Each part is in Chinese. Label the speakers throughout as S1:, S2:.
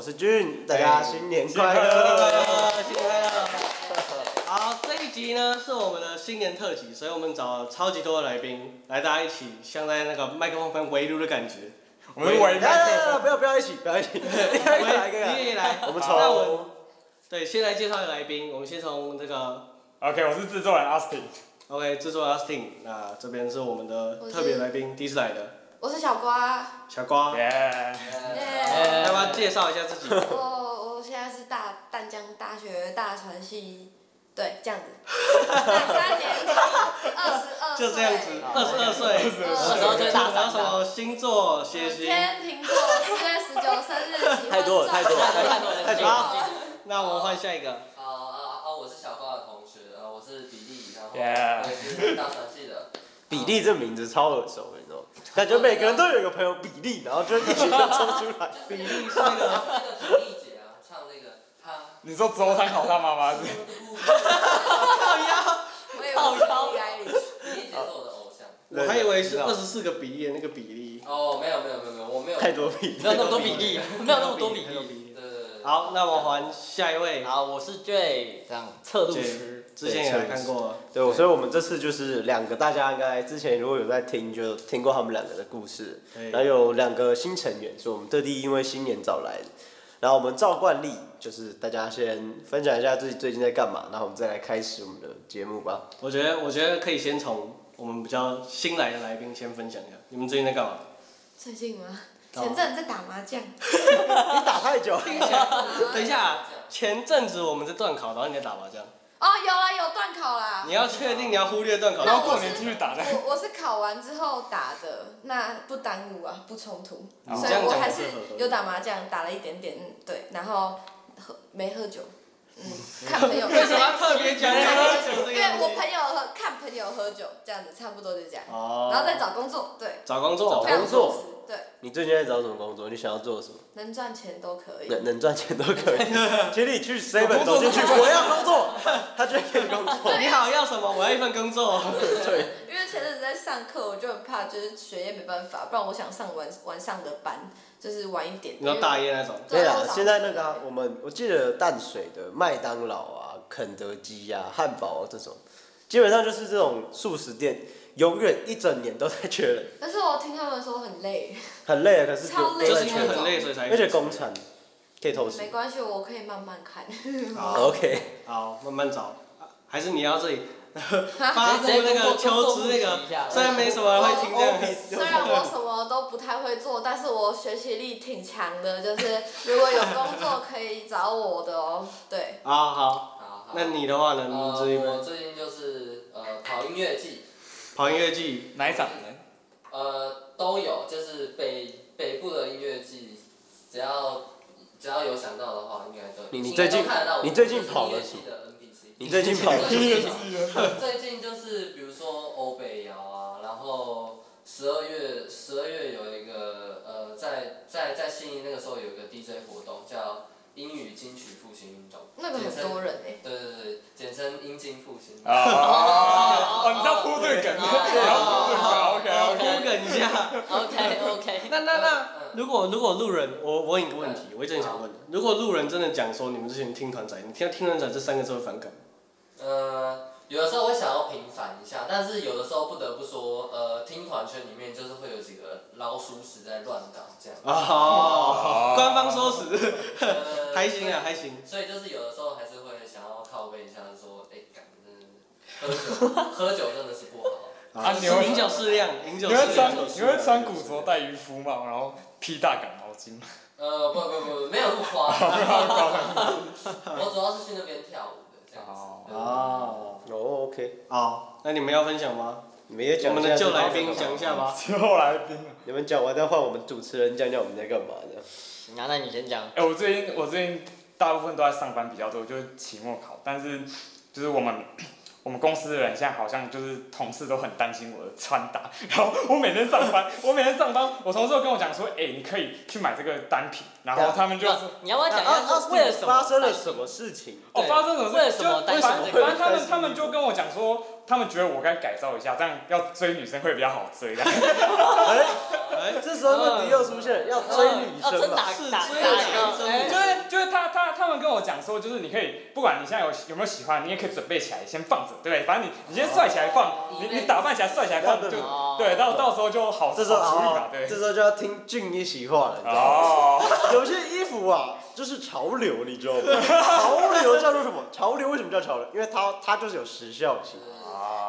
S1: 是俊，大家
S2: 哎
S1: 新年
S2: 新年
S1: 快
S2: 快
S1: 乐！
S2: 乐，新年快乐！好，这一集呢是我们的新年特辑，所以我们找了超级多的来宾，来大家一起像在那个麦克风旁边围炉的感 觉。
S3: 我们玩一
S1: 来来来
S3: 半，
S1: 来不要不要一起，不要一起，一个一个来，一个一个
S2: 你
S1: 来。
S2: 也来。
S1: 我们
S2: 好那我
S1: 从
S2: 对，先来介绍一个来宾，我们先从这个
S3: OK，我是制作人 Austin。
S2: OK 制作人 Austin，那这边是我们的
S4: 我是
S2: 特别来宾，第一次来的
S4: 我是小瓜，
S2: 小瓜，
S3: 耶！
S4: 耶！
S2: 要不要介绍一下自己？
S4: 哦我我现在是大淡江大学大传系，对，这 样子，大三年级，二十二岁，
S2: 就这样子，
S1: 好
S2: 二十二岁，
S3: 二
S4: 十二
S1: 岁
S2: 然后什么星座、血型？
S4: 天秤座四月十九生日，啊喜欢
S1: 太多了太多了
S4: 照
S5: 太多了太
S2: 多了那我们换下一个。
S5: 啊啊啊！我是小高的同学，啊，我是比利，然后
S3: Yeah
S5: 我也是大传系的。
S1: 比利这名字超耳熟，你知道吗？感觉每个人都有一个朋友比利，然后就一群人冲出来。
S5: 比利
S2: 是那个
S5: 那个比利姐啊，唱那个他。
S3: 你说周汤考他妈妈是？
S4: 我也不是 Billie Eilish
S5: 比利姐是我的偶像。
S2: 我还以为是
S1: 对对
S2: 二
S1: 对
S2: 十四个比例的那个比例，
S5: 哦，没有没有没有没有，我没有。
S1: 太多比利
S5: 没有那么多比
S2: 例，
S5: 没有那么
S2: 多比
S5: 例
S2: 例。
S5: 对对对。对
S2: 好，那我还下一位，
S5: 好，我是 J，这样。
S2: 测度师，之前也来看过了。
S1: 对，所以我们这次就是两个，大家应该之前如果有在听，就听过他们两个的故事。
S2: 对
S1: 然后有两个新成员，是我们特地因为新年找来的。然后我们照惯例，就是大家先分享一下自己最近在干嘛，然后我们再来开始我们的节目吧。
S2: 我觉得，我觉得可以先从我们比较新来的来宾先分享一下，你们最近在干嘛？
S4: 最近吗？前阵子在打麻将，哦
S1: 你打太久，
S2: 等一下啊，前阵子我们在断考，然后你在打麻将，
S4: 哦，有啊，有断考啦
S2: 你。要确定你要忽略断考。
S3: 然
S4: 那
S3: 后
S4: 我
S3: 过
S4: 是
S3: 年继续打的。
S4: 我我是考完之后打的，那不耽误啊，不冲突，
S2: 哦
S4: 所以我还是
S2: 这样讲不是很合理
S4: 有打麻将，打了一点点，嗯，对，然后喝没喝酒， 嗯，看朋友，
S2: 为什么要特别讲那个喝酒这
S4: 因
S2: 个
S4: 为我
S2: 东西？
S4: 朋友喝看朋友喝酒这样子，差不多就这样，然后
S2: 哦，
S4: 再找工作， 对，
S2: 找工作
S4: 非
S1: 找，
S4: 常
S1: 工作
S4: 充实对，
S1: 你最近在找什么工作？你想要做什么？
S4: 能赚钱都可以，
S1: 能能赚钱都可以，请你去 seven
S3: 工作
S1: 走进去，
S3: 是工作
S1: 我要工作，他就给你工作。
S2: 你好，要什么？我要一份工 作。
S1: 对，
S4: 因为前阵子在上课，我就很怕就是学业没办法，不然我想上晚晚上的班，就是晚一点，
S2: 你说大一那种，
S1: 对
S4: 对
S1: 啊
S4: 要，找
S1: 现在那个啊我们我记得淡水的麦当劳啊、肯德基啊、汉堡啊这种，基本上就是这种素食店，永远一整年都在缺人，
S4: 但是我听他们说很累，
S1: 很累啊，可是
S4: 超累
S1: 都
S2: 就
S1: 在
S2: 是因
S1: 缺
S2: 为
S1: 人，
S2: 很累，所以才。
S1: 而且工厂可以偷吃啊
S4: 没。关系，我可以慢慢看。
S2: 好
S1: OK，
S2: 好，慢慢找，还是你要这里
S3: 啊
S2: 发出那个求职那个，虽然没什么人会
S3: 哦
S2: 听这样。
S4: 虽然我什么都不太会做，但是我学习力挺强的，就是如果有工作可以找我 的哦。对，
S2: 啊好，
S5: 好好。
S2: 那你的话呢？
S3: 哦
S2: 你
S5: 呃，
S2: 最
S5: 我
S2: 近
S5: 最近就是呃跑音乐季，
S2: 跑音乐季，
S3: 哪一场？
S5: 呃，都有，就是北北部的音乐季，只要只要有想到的话，应该都
S1: 你你
S5: 应该都
S1: 最近
S5: 看得到我
S1: 你最近跑了
S5: 了
S1: 什么
S5: 的 NPC，
S1: 你最近跑了什么
S5: 音乐最近就是比如说欧北摇啊，然后十二月十二月有一个呃，在在在悉尼那个时候有一个 DJ 活动叫英语金曲复兴运动，
S4: 那个很多人哎、
S5: 对对对，简称英金复兴。
S3: 啊！哦，你知道铺这个梗，然后铺这个
S2: 我
S3: OK OK。
S2: 铺梗一 下。
S5: OK OK
S2: 那那那，
S5: 嗯
S2: 如果如果路人，我我问一个问
S3: 嗯
S2: 题，我一直很想问，如果路人真的讲说你们之前听团仔，你听到听团仔这三个字会反 感吗？
S5: 呃，有的时候会想要平反一下，但是有的时候不得不说，呃，听团圈里面就是会有几个老鼠屎在乱搞这样。
S2: 哦，官方说死，
S5: 呃
S2: 还行啊，。还行。
S5: 所以就是有的时候还是会想要靠背一下，说，哎、感真的是喝酒，喝酒真的是不好。
S3: 啊你会
S2: 饮酒适量，饮
S3: 你
S2: 酒适
S3: 会
S2: 量
S3: 穿。你会穿古着带渔夫帽，然后披大感毛巾吗？
S5: 呃，不不不，没有那么夸张。我主要是去那边跳舞的这样子。
S3: 哦
S5: 对
S2: 哦，
S1: 哦，OK，
S2: 好，那你们要分享吗？
S1: 你们也
S2: 我
S1: 讲一下
S2: 们的旧
S1: 是
S2: 来
S1: 干嘛
S2: 宾讲一下吧。
S3: 后来宾啊。
S1: 你们讲完再换我们主持人讲讲我们在干嘛这样。
S6: 那那你先讲。
S3: 哎、我最近我最近大部分都在上班比较多，就是期末考，但是就是我们我们公司的人现在好像就是同事都很担心我的穿搭，然后我每天上班，我每天上班，我同事都跟我讲说，哎、你可以去买这个单品，然后他们就
S6: 啊那
S3: 说。
S6: 你要不要讲一
S1: 啊啊
S6: 下是为了什么？啊
S1: 发生了什么事情？
S3: 哦，
S6: 对
S3: 发生什么事？
S6: 为了什么
S3: 就
S6: 担
S3: 反
S6: 心
S3: 正
S6: 这个
S3: 反正他们他们就跟我讲说，他们觉得我该改造一下，这样要追女生会比较好追的。
S1: 哎，
S2: 哎，
S1: 这时候问题又出现了，要追女
S6: 要哦
S1: 生啊
S6: 真
S1: 嘛？
S6: 打
S2: 是
S6: 打打一
S2: 追
S6: 个，
S2: 的
S6: 哎
S3: 就是就是他他他们跟我讲说，就是你可以不管你现在有有没有喜欢，你也可以准备起来，先放着，对不对？反正你你先帅起来放，
S5: 哦
S3: 你你打扮起来帅起来放，
S1: 对
S3: 就
S1: 对
S6: 哦
S3: 对，到到时候就好
S1: 这时候
S3: 好处理嘛
S1: 啊，，
S3: 对
S1: 这。时候就要听俊一席话了，你知道吗？
S3: 哦，
S1: 有些衣服啊，就是潮流，你知道吗？ 潮流叫做什么？潮流为什么叫潮流？因为它它就是有时效性。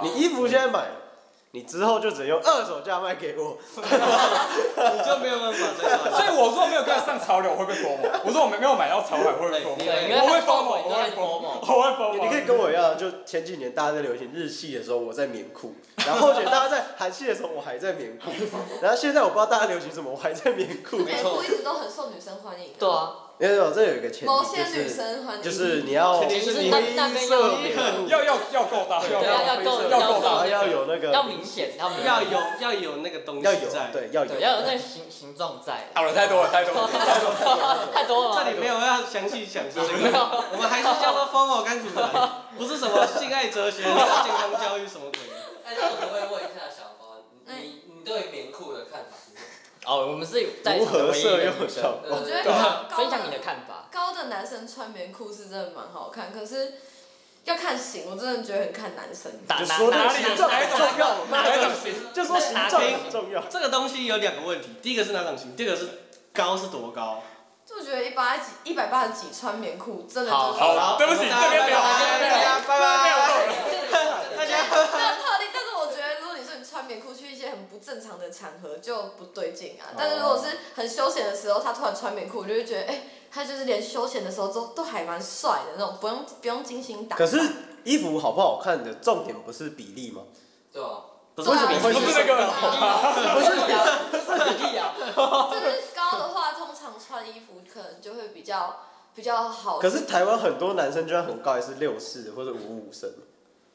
S1: 你衣服现在买了，你之后就只能用二手价卖给我。
S2: 你就没有办法再玩了。
S6: 哎
S3: 所以我说没有跟得上潮流，我会被泼吗？我说我没没有买到潮牌，会被泼吗？
S6: 对因为
S3: 我会
S6: 他
S3: 泼
S6: 后
S3: 吗？
S6: 悔
S3: 我
S6: 都在
S3: 会泼
S6: 泼
S3: 吗
S6: 嘛？
S3: 我会泼
S1: 你
S3: 吗？
S1: 可以跟我一样，就前几年大家在流行日系的时候，我在棉裤；然后后几年大家在韩系的时候，我还在棉裤；然后现在我不知道大家流行什么，我还在棉裤。
S4: 美国哎一直都很受女生欢迎。
S6: 对，啊，
S1: 没有，没有，这有一个前提，
S4: 某些女
S1: 就是
S4: 生欢迎。
S1: 就是你要
S2: 前提是你
S6: 那那边要
S1: 灰色棉裤
S3: 要要要够大，要
S6: 对啊，
S3: 够大
S6: 要够
S3: 要够
S1: 然后
S6: 大，
S1: 要有那个
S6: 要明显，要明显
S2: 要有要有那个东西
S1: 要有
S2: 在，
S1: 对要有
S6: 对，要有那个形形状在。
S3: 好了，太多了，太多了。
S6: 太多了，
S2: 这里没有要详细讲述这个，我们还是叫做 FOMO 甘主来，不是什么性爱哲学、健康教育什么鬼的。
S5: 哎，那我可不可以问一下小猫，
S4: 嗯
S5: 你你对棉裤的看法是什么？
S6: 哦，我们是有在
S1: 如
S6: 场的
S1: 何
S6: 唯一
S1: 色
S6: 的
S1: 诱
S6: 女生
S1: 小。
S4: 我觉得高
S5: 对
S4: 高
S6: 啊分享你
S4: 的
S6: 的看法。
S4: 高的男生穿棉裤是真的蛮好看，可是要看型，我真的觉得很看男生。
S6: 打
S1: 就
S6: 哪
S1: 说
S6: 哪
S1: 那
S6: 里
S1: 形状
S6: 哪一
S1: 很
S6: 种
S1: 重要，
S3: 哪一种型？
S1: 就说形状很重要。
S2: 这个东西有两个问题，第一个是哪种型，第二个是高是多高。
S4: 就觉得一百几一百八十几穿棉裤真的就
S6: 好
S4: 是
S3: 好，对不起，这边没有，这边没有，
S2: 拜拜。
S4: 大家没有特例，但是我觉得，如果你说你穿棉裤去一些很不正常的场合就不对劲啊。但是如
S1: 哦
S4: 果是很休闲的时候，他突然穿棉裤，我就会觉得，哎、他就是连休闲的时候都都还蛮帅的那种，不用不用精心打扮。
S1: 可是衣服好不好看的重点不是比例吗？
S5: 对吧？
S2: 不是
S4: 对啊，
S3: 不是那个
S6: 不是不 是啊，
S4: 就是高的话，通常穿衣服可能就会比较比较好。
S1: 可是台湾很多男生居然很高，还是六四或者五五身。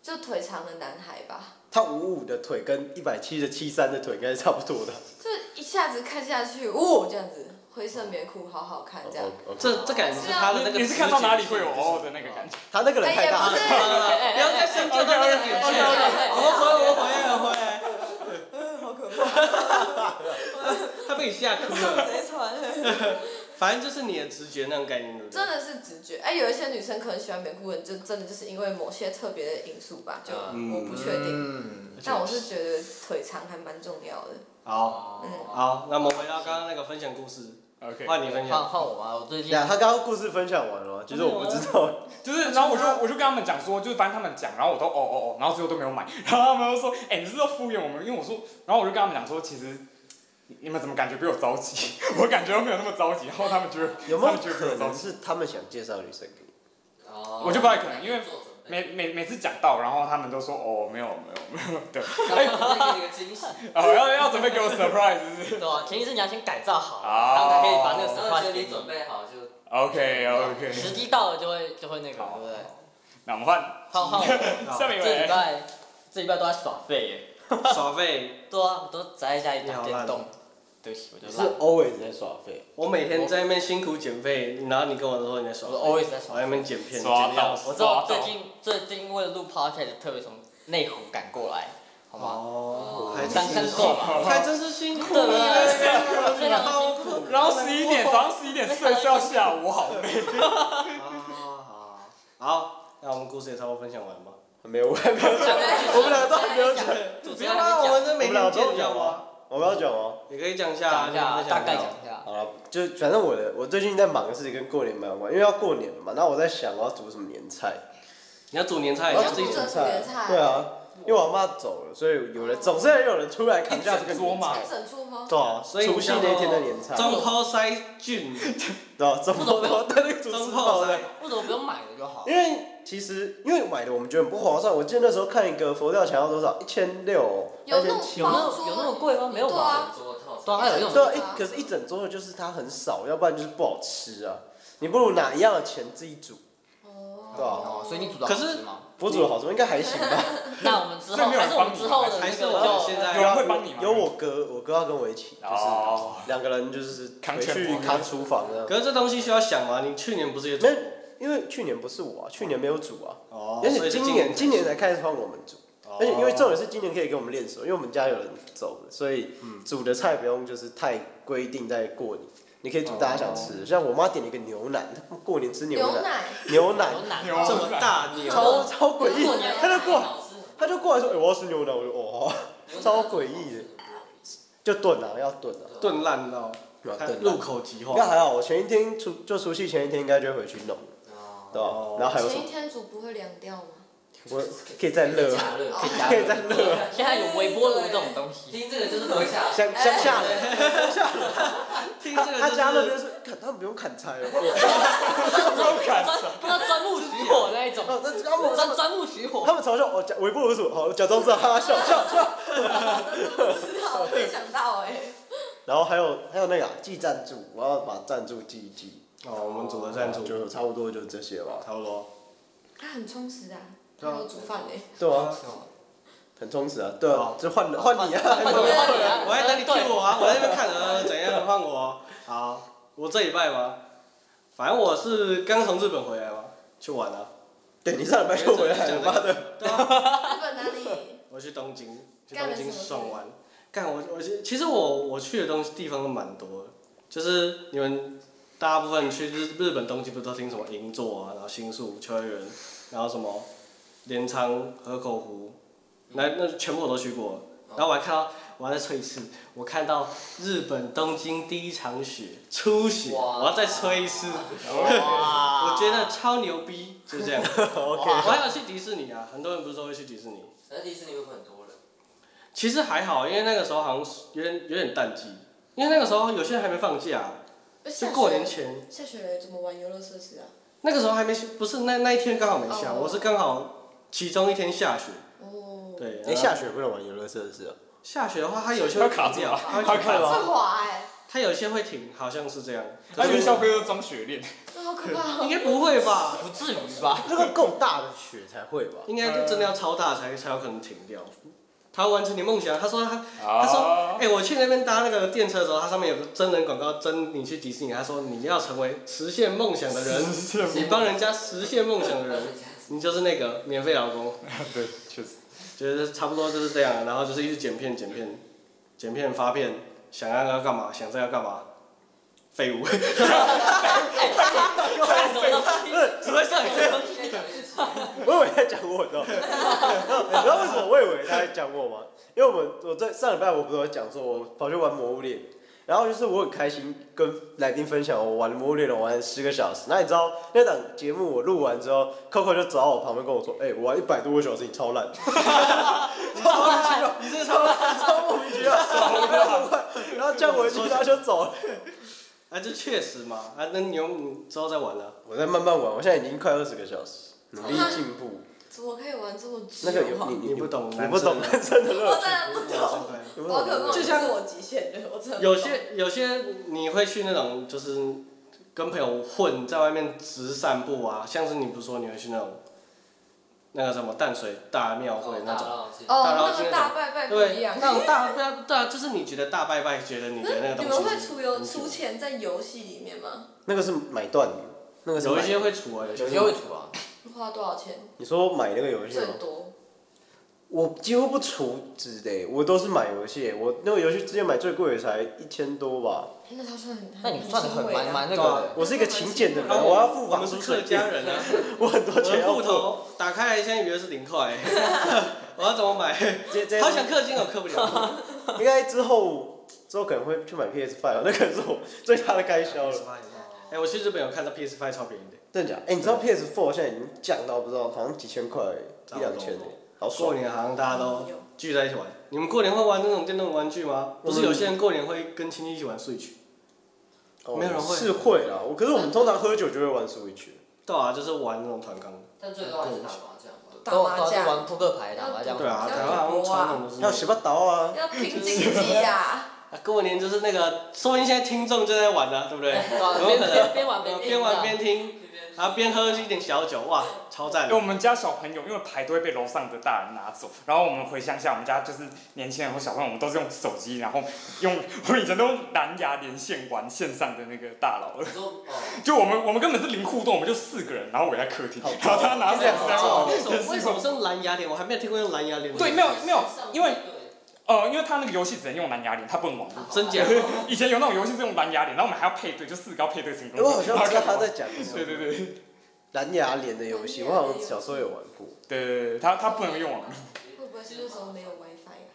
S4: 就腿长的男孩吧，
S1: 他五五的腿跟一百七的七三的腿应该是差不多的。
S4: 就一下子看下去，哦，这样子，灰色棉裤好好看这样。
S1: 哦
S2: 这这感觉是他的那个。
S3: 你是看到哪里会有哦的那个感觉？
S1: 他那个人太大
S4: 哎
S1: 了
S2: 好
S4: 呀。
S2: 了好了不要再深究到那个点去了。我们回来，我们回来，我们回来。
S4: 好可怕，
S2: 他被你吓哭 了。
S4: 谁穿？
S2: 反正就是你的直觉那种概念，对不对
S4: 真？的是直觉。哎、有一些女生可能喜欢棉裤，就真的就是因为某些特别的因素吧，就
S2: 嗯
S4: 我不确定。
S6: 嗯，
S4: 但我是觉得腿长还蛮重要的。
S2: 好，
S5: 哦，
S2: 好，那我们回到刚刚那个分享故事，
S3: OK，
S2: 换你分
S6: 换
S2: 享。
S6: 换我啊，我最近
S1: 呀，他刚刚故事分享完了吗，其实我不知道。
S3: 就是，然后我就我就跟他们讲说，就是反正他们讲，然后我都哦哦哦，然后最后都没有买，然后他们就说，哎、你是要敷衍我们？因为我说，然后我就跟他们讲说，其实你你们怎么感觉比我着急？ 我感觉没有那么着急，然后他们觉得
S1: 有没
S3: 他
S1: 有
S3: 们觉得比
S1: 可
S3: 我着
S1: 能
S3: 急？
S1: 是他们想介绍女生给你？
S5: 哦
S3: 我就不太可能因为
S5: 做准备
S3: 每每每次讲到，然后他们都说哦没有没有没有，对，
S5: 然后再给你个惊喜，
S3: 啊、 要要准备给我 surprise 是不是
S6: 对啊，前提是你要先改造好，
S3: 哦
S6: 然后才可以把那个
S5: 我
S6: surprise
S5: 真的觉得
S6: 给
S5: 你准
S6: 你。
S5: 备好就
S3: ？OK OK，
S6: 时机到了就会就会那个，对
S3: 好
S6: 不对？
S3: 那我们换
S6: 换换我，
S3: 下面一
S6: 这礼
S3: 位，
S6: 拜这礼拜都在耍废耶，
S2: 耍废，
S6: 对啊，我都宅在家里打
S2: 你好
S6: 电
S2: 烂
S6: 动，对不起，我就是烂，
S1: always 在耍废。
S2: 我每天在那边辛苦减肥，然后你跟我说你在耍
S6: 我
S2: 废，
S6: 是 always 在
S2: 我
S6: 耍
S2: 在那边
S6: 废。
S2: 剪片，剪
S3: 耍
S2: 的要死。
S6: 我知道最近最近为了录 podcast 特别从内湖赶过来，好吗？
S2: 哦，还
S6: 刚
S2: 真
S6: 刚
S2: 是
S6: 够吧？
S2: 还真是辛苦
S6: 对不
S2: 了，
S6: 对？非常辛苦。
S3: 然后十一点早上十一点睡睡到下午，我好累。
S2: 好好，那我们故事也差不多分享完吧。
S1: 没有，我还没有讲， 我们两个都还没有讲。
S6: 主
S2: 不
S6: 持
S2: 要啊
S6: 人
S2: 啦，我们这
S1: 我
S2: 每
S1: 们两
S2: 天
S1: 个都
S2: 见
S1: 讲
S2: 讲吗？
S1: 吗？我们要讲吗？
S2: 你可以讲一下啊，
S6: 讲一下，
S2: 你
S6: 大概
S2: 一下
S6: 讲一下。
S1: 好了，就反正我的我最近在忙的事情跟过年蛮有关，因为要过年了嘛。然后我在想我要煮什么年菜，
S2: 你要煮年菜，啊
S1: 我
S2: 哎你
S1: 要
S2: 要
S1: 煮
S2: 自己
S1: 年
S2: 煮。
S4: 自己煮年菜
S1: 对啊，因为我妈走了，所以有人总是有人出来扛
S3: 一
S1: 架
S3: 整
S1: 这个
S3: 桌
S1: 年
S3: 嘛
S1: 菜。
S4: 一整出吗？
S1: 对啊，
S2: 所以
S1: 除夕那天的年菜，
S2: 中抛塞 菌，
S1: 对啊，中
S6: 不懂
S1: 抛对那个主
S2: 中
S1: 持
S2: 抛
S1: 包
S2: 塞
S1: 的。，
S6: 为什么不用买了就好？
S1: 因为其实因为买的我们觉得很不划算，我记得那时候看一个佛跳墙要多少，一千六，一
S4: 有那
S1: 千
S4: 种
S1: 七
S6: 有。那有那么贵吗？没有
S4: 对
S6: 吧？
S4: 啊，
S5: 做套
S6: 对
S5: 餐。
S6: 啊，还有用
S1: 对啊，
S4: 对啊
S1: 一可是一整桌的就是它很少，要不然就是不好吃啊。你不如拿一样的钱自己煮，
S4: 哦
S1: 对啊
S6: 哦，所以你煮的好吃吗？
S1: 我煮的好吃应该还行吧。
S6: 那我们之后还是我们之后的
S2: 还
S6: 那
S2: 是我们现
S6: 个
S2: 在
S3: 有人会帮你吗
S1: 有我哥，我哥要跟我一起，就是
S3: 哦
S1: 两个人就是
S3: 扛
S1: 回
S3: 全
S1: 去
S3: 部
S1: 扛厨房啊的。
S2: 可是这东西需要想吗？你去年不是也煮
S1: 没？有，因为去年不是我啊，去年没有煮啊，
S2: 哦
S1: 而且今年今年才开始换我们煮。
S2: 哦
S1: 而且因为重点是今年可以给我们练手，因为我们家有人走了，所以煮的菜不用就是太规定在过年，你可以煮大家想吃的。像我妈点了一个牛奶，他们过年吃牛
S4: 牛
S1: 奶，
S4: 奶，
S1: 牛奶
S6: 好难
S3: 牛
S6: 哦。
S2: 这么大牛，
S1: 超超诡异
S4: 过
S6: 啊
S4: 年，
S1: 他就过来，
S5: 好吃很
S1: 他就过来说：“哎、我要吃牛奶。”我就哦，好
S5: 多
S1: 超诡异的，就炖啊，要炖啊，
S2: 炖烂到
S1: 对啊炖
S2: 入
S1: 啊。
S2: 口即
S1: 应该
S2: 化。
S1: 还好，我前一天除就除夕前一天应该就会回去弄，
S5: 哦
S1: 对吧、
S2: 哦
S1: 然后还有什
S4: 前
S1: 么
S4: 一？天煮不会凉掉吗？
S1: 我可以再热啊，
S5: 加热
S4: 哦
S1: 可以再热啊，
S6: 现在有微波炉这种东西，
S5: 听这个就是回想，
S1: 乡乡下人。
S2: 听
S1: 他
S2: 这个
S1: 他家那
S2: 就是
S1: 边是，看他们不用砍柴哦。
S6: 要钻木取火那一种，
S1: 哦，那他们他
S6: 钻
S1: 们
S6: 钻木取火
S1: 他。们嘲笑我假微波炉是什么？好，假装知道，哈哈笑笑笑。
S4: 知道，没想到哎、
S1: 然后还有还有那个啊记赞助，我要把赞助记一记。
S2: 哦，我们组的赞助
S1: 就差不多就这些吧。
S2: 差不多。
S4: 他很充实啊，他有煮饭哎、
S1: 对啊，很充实啊。对啊
S2: 哦，
S1: 就换换你啊。
S6: 换你啊
S2: 我还等你
S6: 对
S2: Q 我啊，我在那边看呃怎样换我。好，我这礼拜吗？反正我是刚从日本回来嘛，去玩啊。
S1: 对，你上礼拜又回来了，妈的。
S4: 日本哪里？
S2: 我去东京，去
S4: 干
S2: 东
S4: 了
S2: 京
S4: 什么
S2: 爽
S4: 事
S2: 玩。干我我其其实我我去的东西地方都蛮多的，就是你们大部分去日日本东京不是都听什么银座啊，然后新宿、秋叶原，然后什么镰仓、河口湖，那那全部我都去过了。
S4: 哦
S2: 然后我还看到，我还再吹一次，我看到日本东京第一场雪初雪，
S5: 哇
S2: 我要再吹一次，
S3: 哦
S6: 哇
S2: 我觉得超牛逼，就 这样。
S1: OK。
S2: 我还有去迪士尼啊，很多人不是都会去迪士尼。
S5: 那迪士尼会很多人，
S2: 其实还好，因为那个时候好像是有点有点淡季，因为那个时候有些人还没放假，就
S4: 下
S2: 过年
S4: 雪，
S2: 前
S4: 下雪了怎么玩游乐设施啊？
S2: 那个时候还没不是那那一天刚好没下，
S4: 哦
S2: 我是刚好其中一天下雪，
S4: 哦，
S2: 对，
S1: 哎，
S2: 然后
S1: 下雪不能玩游乐设施啊。
S2: 下雪的话，它有些
S3: 它
S2: 会
S3: 卡住
S2: 掉，
S3: 了
S2: 它
S3: 它
S2: 会
S3: 卡住了啊
S4: 这滑哎、
S2: 它有些会停，好像是这样，
S3: 他元宵不是装雪链，
S4: 这好可怕、
S2: 应
S4: 哦。
S2: 该不会吧？
S6: 不至于吧？
S1: 那个够大的雪才会吧？
S2: 应该就真的要超大才才有可能停掉。他完成你梦想，他说他他
S3: 他
S6: 哦
S2: 说：“哎、我去那边搭那个电车的时候，它上面有个真人广告，真你去迪士尼，他说你要成为实现梦想的人，你帮人家实现梦想的人，你就是那个免费劳工。
S3: 对，确实，
S2: 就是差不多就是这样，然后就是一直剪片、剪片、剪片、发片，想要要干嘛，想这要干嘛，废物，
S6: 看什么东西？
S2: 只会上这
S5: 应该讲一些事
S1: 我以为他讲我，你知道吗？你知道为什么我以为他在讲我吗？因为我们我在上礼拜我不是有讲说，我跑去玩魔物猎，然后就是我很开心跟来宾分享我玩魔物猎人玩了十个小时。那你知道那档节目我录完之后，Coco 就走到我旁边跟我说：“哎、我玩一百多个小时，你超烂。”超莫名其妙，你是超超莫名其妙，然后叫我回去，他就走了。
S2: 啊，这确实嘛，啊，那你用之后再玩了、
S1: 我在慢慢玩，我现在已经快二十个小时，努力进步。
S4: 怎么可以玩这么久、啊
S1: 那个有你
S2: 你不懂
S1: 你不懂
S2: 男
S1: 男生的乐
S4: 我
S1: 趣。
S4: 真的不懂。
S1: 你不懂
S4: 宝哦可梦
S2: 就
S4: 就
S2: 像
S4: 是我极限的，我真的 不懂
S2: 有些有些你会去那种就是跟朋友混，在外面只散步啊，像是你不是说你会去那种那个什么淡水大庙会那种，
S5: 种
S2: 大
S4: 哦
S2: 佬，
S4: 那个大拜拜不一
S2: 对
S4: 样，。
S2: 那种大对啊对啊，就是你觉得大拜拜，觉得你的那个东
S4: 你们会
S2: 西，
S4: 出游
S2: 东西
S4: 出钱在游戏里面吗？
S1: 那个是买断的，那个是
S2: 有一
S1: 买
S2: 些会除啊，有
S6: 有
S2: 些
S6: 些会煮啊，
S4: 花多少钱？
S1: 你说买那个游戏吗
S4: 最？多
S1: 我几乎不储值的，我都是买游戏。我那个游戏之前买最贵的才一千多吧。
S4: 哎那他算很，
S6: 那你算的很
S4: 很
S6: 蛮蛮那
S2: 对啊
S6: 个
S1: 我是一个勤俭的人，
S2: 然后
S1: 我要付
S2: 我
S1: 房
S2: 们是
S1: 租
S2: 客
S1: 水
S2: 家
S1: 电，
S2: 人啊，
S1: 我很多
S2: 我
S1: 钱
S2: 的
S1: 要
S2: 户
S1: 付。
S2: 头打开来，现在余额是零块， 我要怎么买？
S1: 这这
S2: 好想氪金，我哦氪不了。
S1: 应该之后之后可能会去买 PS Five，那可啊能是我最大的开销 了。
S2: 哎，我去日本有看到 PS Five 超便宜的，
S1: 真的假的？哎，你知道 PS Four 现在已经降到不知道好像几千块，一
S2: 差不多
S1: 两千哎，好
S2: 过
S1: 爽。
S2: 年好像大家都聚在一起玩。你们过年会玩那种电动玩具吗？不是有些人过年会跟亲戚一起玩 Switch，
S1: 哦
S2: 没有人会
S1: 是会啦，我可是我们通常喝酒就会玩 Switch。
S2: 对啊，就是玩那种团钢。
S5: 但最高还是打麻将吧。
S4: 打
S6: 都
S4: 麻
S6: 都是
S4: 将，
S6: 玩扑克牌、打麻将。
S2: 对啊，
S4: 这
S2: 台
S4: 样
S2: 湾好
S4: 赌
S2: 像
S4: 博啊
S2: 传统都是
S1: 还
S2: 那
S1: 有
S2: 种。
S1: 十八刀啊，
S2: 嗯
S4: 要拼经济呀。
S2: 啊过年就是那个，说不定现在听众就在玩呢、对不对？
S5: 嗯
S6: 对啊，
S2: 有可能
S6: 边边玩
S2: 呃
S6: 边
S2: 边玩边听，
S5: 这边
S2: 然后边喝一点小酒，哇，超赞
S3: 啊因为！我们家小朋友因为牌都会被楼上的大人拿走，然后我们回乡下，我们家就是年轻人或小朋友，我们都是用手机，然后用我们以前都用蓝牙连线玩线上的那个大佬了。
S5: 你说哦，
S3: 就我们我们根本是零互动，我们就四个人，然后我在客厅，然后他拿手
S2: 为
S3: 机，
S2: 什么为什么是用蓝牙连？我还没有听过用蓝牙连。
S3: 对，没有没有，因为
S5: 对
S3: 呃，因为他那个游戏只能用蓝牙连，他不能网络。
S2: 真假？
S3: 以前有那种游戏是用蓝牙连，然后我们还要配对，就四个要配对成功。
S1: 我好像知道他在 讲什
S3: 对
S1: 么
S3: 对对对
S1: 蓝牙连的游戏，我好像小时候有玩过。
S3: 对对，他他不能用
S5: 啊
S3: 网络。
S4: 会不会是那时候没有 WiFi 呀、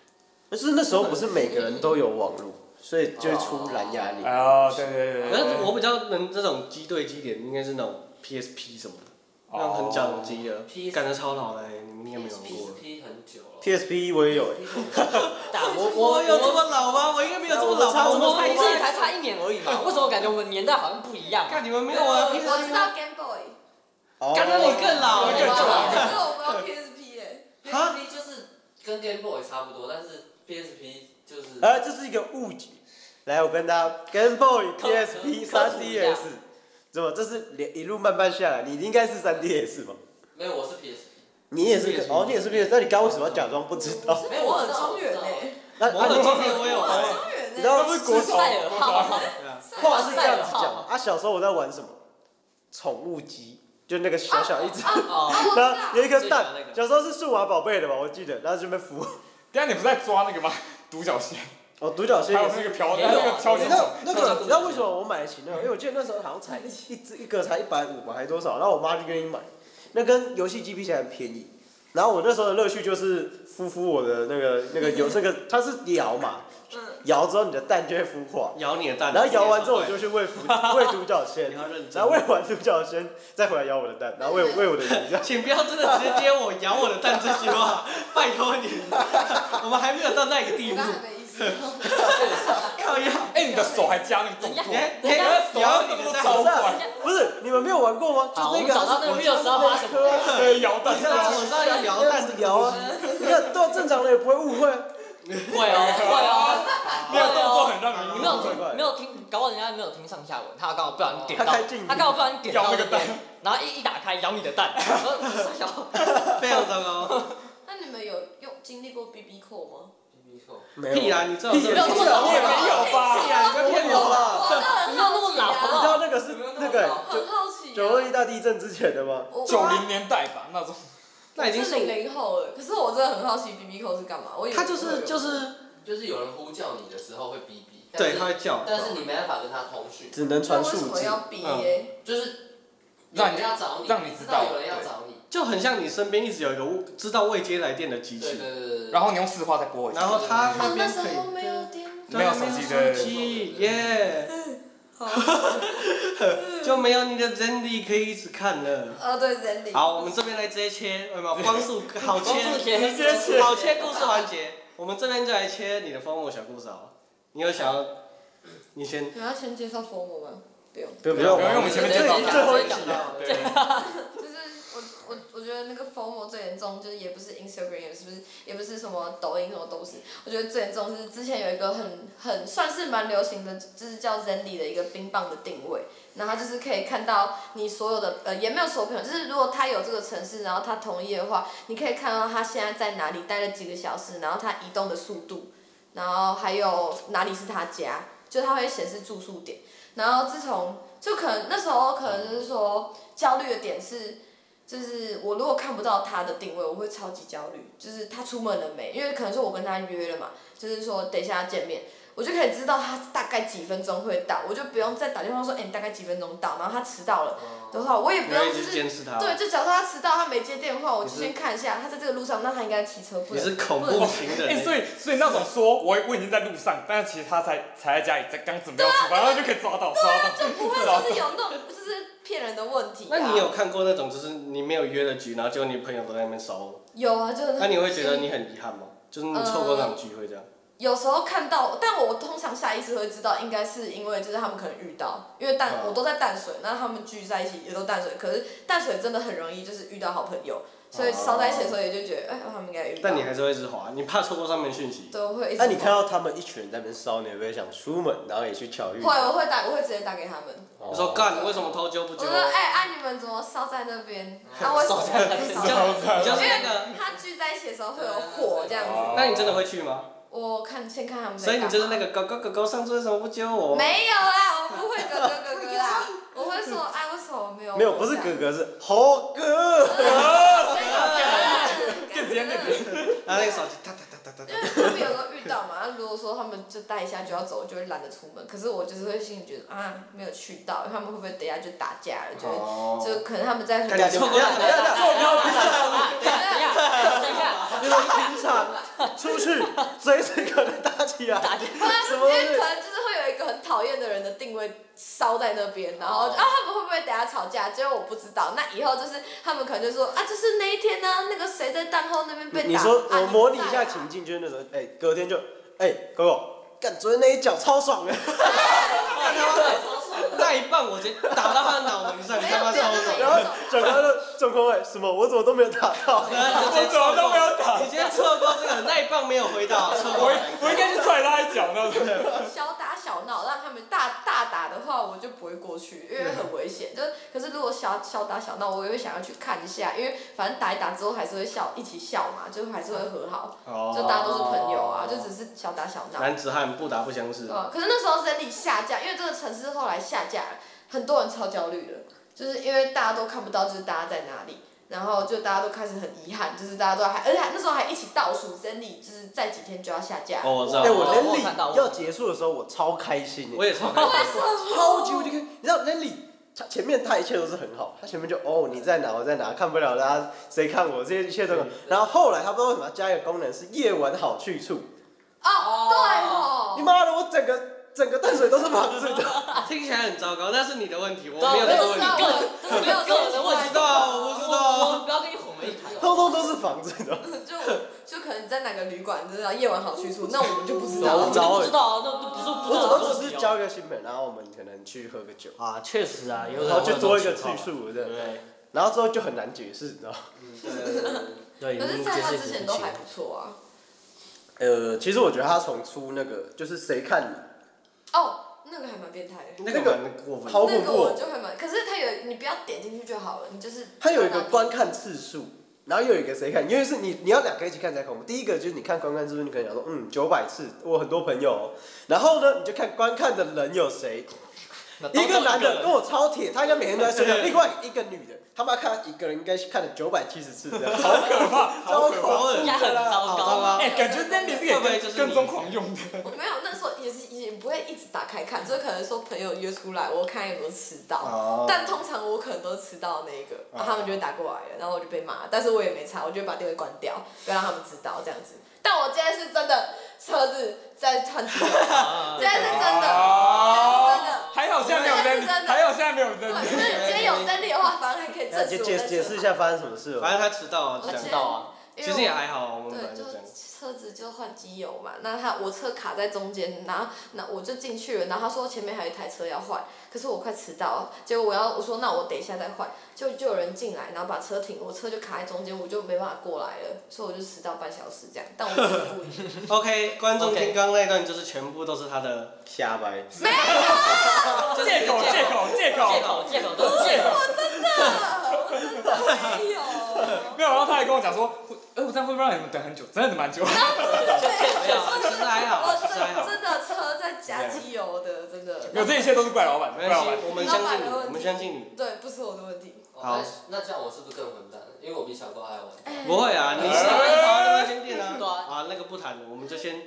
S1: 但是那时候不是每个人都有网络，所以就会出蓝牙连。
S3: 哦，对对对对
S2: 可是
S3: 对。
S2: 我比较能这种机对机连，应该是那种 PSP 什么的，那种很
S3: 哦
S2: 讲机的，
S5: PSP
S2: 感觉超老嘞，你们应该没有玩过。
S5: PSP 很久了。
S1: PSP 我也有欸，
S6: 大我
S2: 我有这
S6: 我
S2: 么老吗？我应该没有这么老吧？
S1: 我
S6: 我
S2: 们
S6: 们自己才差一年而已 嘛，为什么感觉我们年代好像不一样啊？
S2: 看你们没有玩
S4: 我知
S2: PSP 吗？
S4: 道 Game Boy，
S6: 刚刚你
S1: 哦，
S6: 更老，
S4: 可
S3: 对
S4: 是
S3: 对
S6: 更老。
S4: 我没有 PSP 哎、
S2: 啊
S5: PSP 就是跟 Game Boy 差不多，但是 PSP 就是
S4: 啊
S1: 呃，这是一个误解。来，我跟大家 Game Boy、PSP、
S6: 科普一下
S1: 3DS，怎么？这是连一路慢慢下来，你应该是 3DS 吧？
S5: 没有，我是 PSP，
S1: 你也是个哦，你也是 PS，那你刚刚为什么要假装不知道？
S5: 没有
S4: 我
S5: 我知
S4: 很
S5: 道
S4: 中原
S5: 我知道
S4: 哎、
S1: 那
S2: 我有
S1: 那
S2: 今天我有
S4: 我
S2: 玩
S4: 很。中原哎、
S1: 你知道是国手
S6: 赛尔号，
S2: 对啊
S1: 话是这样子讲的啊，小时候我在玩什么？宠物鸡，就那个小小一只，
S4: 啊，我知
S1: 然
S4: 道
S1: 后有一颗蛋
S2: 最小那。个
S1: 小时候是数码宝贝的吧，我记得，然后这 边扶。
S3: 等下你不是在抓那个吗？ 独角仙，
S1: 哦，独角仙
S3: 还有
S1: 也是。
S3: 那个瓢，
S6: 没
S3: 还
S6: 有啊
S3: 有那个飘
S1: 你
S3: 仙
S1: 知道那个，你知道为什么我买得起那个？因为我记得那时候好像才
S6: 嗯
S1: 一只一个才一百五吧，还多少？然后我妈就愿意买，那跟游戏机比起来很便宜。然后我那时候的乐趣就是孵孵我的那 个那个有这个，它是摇嘛，
S4: 嗯，
S1: 摇之后你的蛋就会孵化，
S2: 咬你的蛋，
S1: 然后摇完之后我就去 喂孵喂独角仙
S2: 你，要认真
S1: 然后。喂完独角仙再回来咬我的蛋，然后喂喂我的鱼 这样。
S2: 请不要真的直接我咬我的蛋这句 话，拜托你，我们还没有到那个地 步
S4: 我刚。才没意思。
S2: 靠呀！
S3: 哎，你的手还加那个动
S6: 人家
S3: 作，哎
S2: 你还
S6: 人家
S2: 你还咬你的蛋，
S3: 手腕，
S1: 不是你们没有玩过吗？
S6: 好，
S1: 就
S6: 我们
S1: 是那个
S6: 找到那个 real 时候发什么？
S3: 对，摇蛋
S2: 你知。道我知道要摇蛋这个
S1: 摇
S2: 东
S1: 啊
S2: 西，，
S1: 你看到正常人也不会误会啊。
S6: 会哦，会 哦。
S3: 那个动作很让人
S6: 你没有没有听，搞不好人家没有听上下文，他刚好不小心点到，
S1: 他开静音
S6: 他刚好不小心点
S3: 咬
S6: 到
S3: 那个蛋，
S6: 然后一一打开咬你的蛋，然后傻笑
S2: 非常糟糕。
S4: 那你们有用经历过 BB 扣吗？
S5: PSP 扣。
S1: 没
S2: 屁啦，你知道
S1: 屁
S2: 这
S6: 没有
S2: 个
S6: 那
S2: 屁
S6: 么老
S3: 也没有啊吧？
S2: 啦，你不要骗我啦！
S3: 啊
S4: 我真的很好奇
S1: 你
S6: 好
S1: 知
S6: 不好
S4: 啊，
S1: 道那个是那个欸
S4: 很好奇、啊。
S1: 九二一大地震之前的吗？
S4: 我
S3: 九零年代吧，那种。
S2: 那已经
S4: 是
S2: 是
S4: 零零后了，可是我真的很好奇 BB 扣是干嘛？我以为
S2: 他就是就是
S5: 就是有人呼叫你的时候会哔哔，但
S2: 对，
S5: 是
S2: 他会叫。
S5: 但是你没办法跟他通讯，
S1: 只能
S4: 那
S1: 传
S4: 为什
S1: 数
S4: 么
S1: 字。
S4: 要毕业？
S5: 就是
S3: 让
S5: 有
S3: 你
S5: 人要找你，
S3: 让你
S5: 知
S3: 知道
S5: 有人要找你，
S2: 就很像你身边一直有一个未知道未接来电的机
S5: 对对
S2: 器，
S5: 对对对。
S3: 然后你用四话再播一下。
S2: 然后他
S4: 哦
S2: 那边可以
S4: 没有电
S3: 没有手机的
S2: 手机耶，
S4: 好，
S2: 就没有你的人力可以一直看了。
S4: 呃，对，人力。
S2: 好，我们这边来直接切，有没有 光速好切，
S6: 光速切
S2: 好切故事环节。我们这边就来切你的荒漠小故事好了。你有想要，你先。
S4: 你要先介绍 f o 吗？不用，
S1: 不用
S2: 不
S1: 不
S2: 用
S1: 用，
S2: 不
S3: 用我们前面
S1: 最
S6: 最后
S1: 最后一
S6: 讲
S1: 集啊。
S3: 对，
S4: 就是我我我觉得那个 FOMO 最严重，就是也不是 Instagram，也不是也不是什么抖音什么都不是。我觉得最严重是之前有一个很很算是蛮流行的，就是叫 Zenly 的一个冰棒的定位，然后就是可以看到你所有的呃也没有所有朋友，就是如果他有这个城市，然后他同意的话，你可以看到他现在在哪里待了几个小时，然后他移动的速度，然后还有哪里是他家，就他会显示住宿点。然后自从就可能那时候可能就是说焦虑的点是，就是我如果看不到他的定位，我会超级焦虑。就是他出门了没？因为可能是我跟他约了嘛，就是说等一下见面，我就可以知道他大概几分钟会到，我就不用再打电话说，哎、你大概几分钟到？然后他迟到了的话，我也不
S2: 你要
S4: 用
S2: 一
S4: 就
S2: 直
S4: 是。
S2: 监视他。
S4: 对，就假设他迟到，他没接电话，我
S2: 你
S4: 就
S2: 是
S4: 先看一下他在这个路上，那他应该骑车不
S2: 你
S4: 能。
S2: 是恐
S4: 不
S2: 怖
S4: 能
S2: 情
S3: 哎，
S2: 人。
S3: 所以所以那种说我我已经在路上，但是其实他才才在家里，在刚准备要出发，然后就可以抓到抓到。
S4: 不 会 就是有那种就是骗人的问题、啊。
S2: 那你有看过那种就是你没有约的局，然后结果你朋友都在那边熟，
S4: 有啊？就是
S2: 那你会觉得你很遗憾吗？就是你错过那种聚会这
S4: 呃
S2: 样。
S4: 有时候看到，但我通常下意识会知道，应该是因为就是他们可能遇到，因为淡、
S2: 嗯
S4: 我都在淡水，那他们聚在一起也都淡水，可是淡水真的很容易就是遇到好朋友，所以烧在一起的时候也就觉得，哎，他们应该遇到。
S2: 但你还是会一直滑，你怕错过上面讯息。
S4: 都会一直。
S1: 那你看到他们一群人在那边烧，你会不会想出门，然后也去巧遇？
S4: 会，我会打，我会直接打给他们。
S1: 哦
S2: 你说干，你为什么偷揪不
S4: 我
S2: 揪
S4: 说，？哎，啊，你们怎么烧在那边？ 啊，为什么
S6: 烧在那边
S4: 烧
S2: 你 就
S4: 在
S2: 你就是那个，
S4: 他聚在一起的时候会有火这样子。
S2: 那 你真的会去吗？
S4: 我看先看他们在
S2: 所以你就是那
S4: 干
S2: 个狗狗狗狗上次为什么不揪我？
S4: 嘛。没有啦，我不会哥哥哥哥啦，我会说，哎，为什么没有？
S1: 没有，不是哥。哥，是猴哥。
S4: 更直接更直接。
S2: 然后那个手机哒哒哒哒哒
S4: 因
S2: 哒。
S4: 为他们有时候遇到嘛，那如果说他们就待一下就要走，我就会懒得出门。可是我就是会心里觉得啊，没有去到，他们会不会等一下就打架了？就会
S2: 哦。
S4: 就可能他们在
S2: 看你错过
S1: 等 一下，等一下，坐标平常，
S6: 等一下，等一下，
S1: 你们平常出去随时可能打起来。
S6: 打架
S1: 什
S4: 啊因
S1: 么
S4: 为
S1: 事？
S4: 可能就是会有一个很讨厌的人的定位烧在那边，然
S1: 哦
S4: 后就啊他们会不会等下吵架？结果我不知道。那以后就是他们可能就说啊，就是那一天呢、那个谁在蛋后那边被打。
S1: 你说
S4: 啊
S1: 我模拟一下
S4: 你不在啊
S1: 情境，就是那种，哎，隔天就，哎，狗狗，干昨天那一脚超爽的，
S2: 那一半我直接打到他的脑门上，你他妈
S4: 没有
S2: 烧
S4: 没有
S2: 手。
S1: 然后转过来就中空位，什么？我怎么都没有打 到？
S2: 我
S3: 怎么都没有打
S2: 你今天错过这个，那一棒没有回到，错过
S3: 我。我应该去踹他一脚那种。
S4: 小打小闹，让他们大大打的话，我就不会过去，因为很危险。就是可是如果小小打小闹，我也会想要去看一下，因为反正打一打之后还是会笑，一起笑嘛，就还是会和好，
S1: 哦
S4: 就大家都是朋友啊，就只是小打小闹。
S2: 男子汉不打不相识
S4: 对。啊，可是那时候人力下架，因为这个城市后来下架了，很多人超焦虑的，就是因为大家都看不到，就是大家在哪里，然后就大家都开始很遗憾，就是大家都还，而且还那时候还一起倒数，人力就是在几天就要下架。
S2: 哦，我知道。
S1: 哎，我
S6: 连
S1: Lenny
S6: 我看到我
S1: 要结束的时候，我超开心的
S2: 我。也 从来。
S1: 超级无敌开心。你知道 Nelly，他前面他一切都是很好，他前面就哦你在哪我在哪，看不了他谁看我，这些一切都很好。然后后来他不知道为什么要加一个功能是夜晚好去处，
S4: 哦，对哦
S1: 你。妈的我整个整个淡水都是房子的，
S2: 听起来很糟糕，那是你的问题，我
S6: 对啊
S2: 没有这个问
S4: 我
S2: 题。
S6: 个人
S4: 我没有
S6: 个人的问题
S2: 知道我不知道
S6: 我们不要跟你混为一谈。
S1: 通通都是房子的。
S4: 就就可能你在哪个旅馆，知道夜晚好去处，那我们就不知道
S1: 糟
S6: 我
S4: 了
S1: 糕
S6: 们都不知道，那都不是不
S1: 我
S6: 知道。
S1: 我只是交一个新朋友，然后我们可能去喝个酒，
S2: 啊，确实啊，有
S1: 然后就多一个次数
S2: 对
S1: 的
S2: 不，对？
S1: 然后之后就很难解释，你知道吗？
S2: 对
S4: 可是，在他之前都还不错啊。
S1: 呃，其实我觉得他从出那个就是谁看
S4: 哦，那个还蛮变态的。
S2: 那个蛮过
S1: 你，
S2: 分的。
S1: 好
S4: 那
S1: 恐
S4: 个
S1: 怖
S4: 我
S1: 哦！
S4: 就会蛮，可是他有你不要点进去就好了，你就是
S1: 他有一个观看次数，然后又有一个谁看，因为是你你要两个一起看才恐怖。第一个就是你看观看次数，你可能想说，嗯，九百次，我很多朋友哦、然后呢，你就看观看的人有谁，一个男的跟我超铁，他应该每 天都在睡觉，另外一个女的，他妈看一个人应该是看了九百七十次这样，好可怕，超可
S2: 好恶
S6: 应该很糟糕吧？
S3: 哎，感觉 Randy 是
S2: 哦会不会就
S3: 给
S2: 是
S3: 跟
S2: 你
S3: 踪狂用的。
S4: 我没有，那时候也是也不会一直打开看，就是可能说朋友约出来，我看有没有迟到。
S2: 哦
S4: 但通常我可能都迟到那一个，
S1: 哦
S4: 然后他们就会打过来了，然后我就被骂，但是我也没查，我就会把电话关掉，不要让他们知道这样子。但我今天是真的车子在窜出来， 今天是真
S1: 哦
S4: 的，今天是真的。
S3: 哦还好现在没有
S4: 真的
S3: Randy，还好现在没有 Randy。
S4: 对，就是今天有真理的话，反而还可以证
S1: 怕。
S4: 实
S1: 解解
S4: 我在车
S1: 解释一下发生什么事哦
S2: 反
S1: 了？
S2: 正他迟到啊，就
S4: 我
S2: 这
S6: 知
S2: 样。
S6: 道啊，
S4: 因
S2: 其
S4: 为
S2: 实也还好啊，我们本
S4: 对，
S2: 来
S4: 就
S2: 就这样。
S4: 车子就换机油嘛，那他我车卡在中间，然后那我就进去了，然后他说前面还有一台车要换，可是我快迟到了，结果我要我说那我等一下再换，就就有人进来，然后把车停，我车就卡在中间，我就没办法过来了，所以我就迟到半小时这样，但我不是故意的，
S2: OK，观众
S6: OK
S2: 听刚刚那段就是全部都是他的
S1: 瞎掰，
S3: 借口借口借口
S6: 借，口借口都是借口。
S4: 我真的没有，
S3: 没有，然后他还跟我讲说，会哎，我这样会不会让你们等很久？真的蛮久。
S2: 没有啊，其实还好，
S4: 我
S2: 其实还好
S4: 真。真的车在加机油的，真的，
S3: 没有，这一切都是怪老板，
S2: 没
S3: 怪
S2: 关
S3: 老
S2: 系
S3: 板。，
S2: 我们相信你，我们相信你。
S4: 对，不是我的问题，
S2: 好
S5: 好，那这样我是不是更混蛋？因为我比小高还要混蛋。
S2: 不会啊，你是
S3: 哎
S2: 跑到那边先变啊
S6: 对啊
S2: 啊，那个不谈了，我们就先。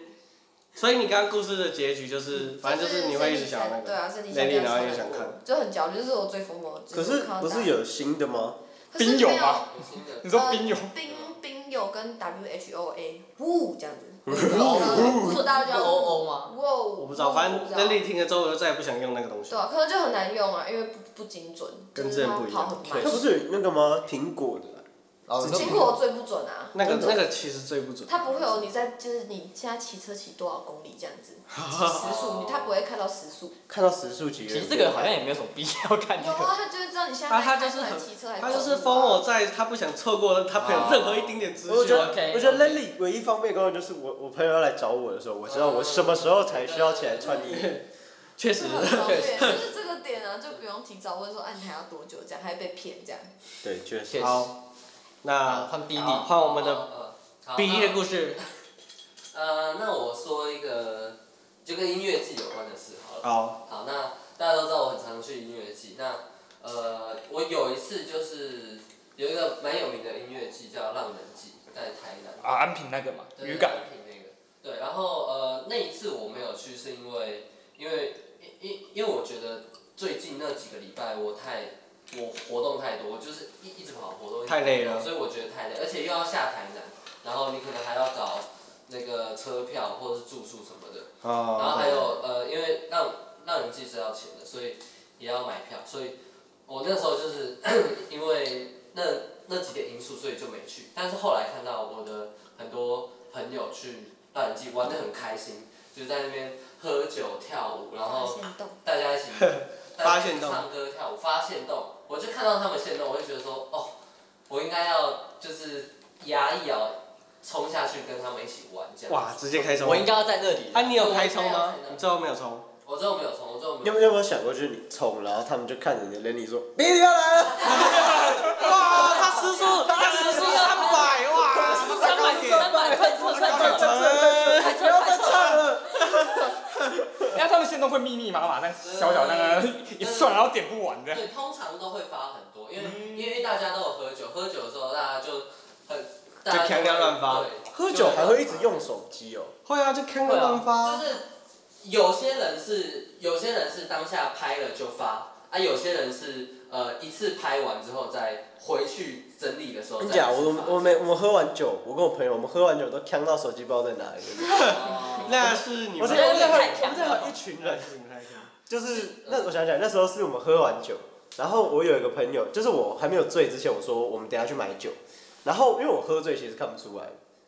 S2: 所以你刚刚故事的结局就是，反正就是你会一直想那
S4: 对
S2: 个，
S4: 啊，身体
S2: 雷利然后
S4: 想
S2: 又想看，
S4: 就很焦虑，这是我最疯魔，
S1: 可
S4: 就是看到
S1: 不
S4: 大
S1: 是有新的吗？
S4: 可是
S3: 冰友
S4: 没有
S3: 吗
S5: 我是一个
S3: 你说冰友，
S4: 冰冰友跟 WHOA，呜这样子，说到
S6: 那
S4: 就要
S6: 欧欧吗？
S4: 哇，
S2: 我
S4: 我
S2: 不知道，反正
S4: 能
S2: 雷利听了之后，我就再也不想用那个东西
S4: 对。啊，可能就很难用啊，因为不不精准，
S2: 跟
S4: 就
S2: 之
S4: 是
S2: 前
S4: 它
S2: 不一样
S4: 跑很
S1: 它
S4: 慢。
S1: 不是有那个吗？苹果的。哦你说
S4: 经过最不准啊，
S2: 那个
S1: 真的
S2: 那个其实最不准。
S4: 它不会有你在就是你现在骑车骑多少公里这样子，时速，你它不会看到时速。
S1: 看到时速其
S6: 其
S1: 实
S6: 实这个好像也没有什么必要看这
S4: 有
S6: 个。
S4: 啊，他就是知道你现在
S2: 啊，他
S4: 在
S2: 就
S4: 看
S2: 是
S4: 出
S2: 很
S4: 来骑车还，
S2: 他
S4: 走
S2: 就是
S4: 路
S2: 封我
S4: 啊。
S2: 在，他不想错过他朋友任何一丁点资
S1: 我觉
S2: 讯。啊
S1: 得
S6: OK，
S1: 我觉得
S6: OK
S1: Lenny 唯一方便的功能就是我我朋友要来找我的时候，我知道我什么时候才需要起来穿 衣服。
S2: 确
S4: 就
S2: 实
S4: 是，很方便，就是这个点啊，就不用提早问说，哎、你还要多久这样，还被骗这样。
S1: 对，确实。
S6: 确实。
S2: 好，
S6: 啊，
S2: 哦那
S6: 换比利，
S5: 好
S2: 换我们的
S5: 呃好
S6: 比利
S5: 那
S6: 的故事。
S5: 呃，那我说一个就跟音乐季有关的事好了。
S2: 好，
S5: 好，那大家都知道我很常去音乐季。那呃，我有一次就是有一个蛮有名的音乐季叫浪人季，在台南。
S3: 啊，安平那个嘛，
S5: 对
S3: 渔港。
S5: 那个。对，然后呃，那一次我没有去，是因为因为因因因为我觉得最近那几个礼拜我太我活动太多，就是一一直跑活动，一直跑
S2: 太累了
S5: 所以我觉得太累，而且又要下台南，然后你可能还要搞那个车票或者是住宿什么的，然后
S2: 哦，
S5: 还有呃，因为让让人寄是要钱的，所以也要买票，所以我那时候就是 因为那那几点因素，所以就没去。但是后来看到我的很多朋友去让人寄玩的很开心，就是在那边喝酒跳舞，然后
S4: 现动，
S5: 大家一起
S2: 发 现动
S5: 唱歌跳舞发现动，我就看到他们现动，我就觉得说哦，我应该要就是牙一咬冲下去跟他们一起玩这样。
S2: 哇，直接开冲
S6: 我！应该要在那里。
S2: 啊，你有开冲吗？你最后没有冲。
S5: 我最后没有冲，我最后没有
S1: 你有没有有没有想过，就是你冲，然后他们就看着你的 Lenny 说：“比利要来了。
S2: 哇，他时速，他时速三百，哇，呃
S6: 三 百三百，快撤快撤快撤快撤快撤！
S3: 那他们现在会密密麻麻，但小小那个一算，然后点不完的。
S5: 对，通常都会发很多，因为、
S1: 嗯
S5: 因为大家都有喝酒，喝酒的时候大家就很大家
S2: 就强调乱发
S5: 对”
S1: 喝酒还会一直用手机哦。
S2: 会啊，就看个乱
S5: 就
S2: 发。
S5: 是有些人是有些人是当下拍了就发，啊，有些人是呃一次拍完之后再回去整理的时候
S1: 跟
S5: 再
S1: 你讲，
S5: 一次发。
S1: 我们我们我们喝完酒，我跟我朋友，我们喝完酒都呛到手机不知道在哪里。
S5: 哦
S2: 那是你
S1: 我
S2: 们
S1: 这
S6: 真
S1: 我
S6: 的
S1: 这
S6: 太
S1: 我
S6: 强
S1: 这
S6: 了哦
S1: 有一群人，就是那我想起来，那时候是我们喝完酒，然后我有一个朋友，就是我还没有醉之前，我说我们等一下去买酒，然后因为我喝醉其实看不出来，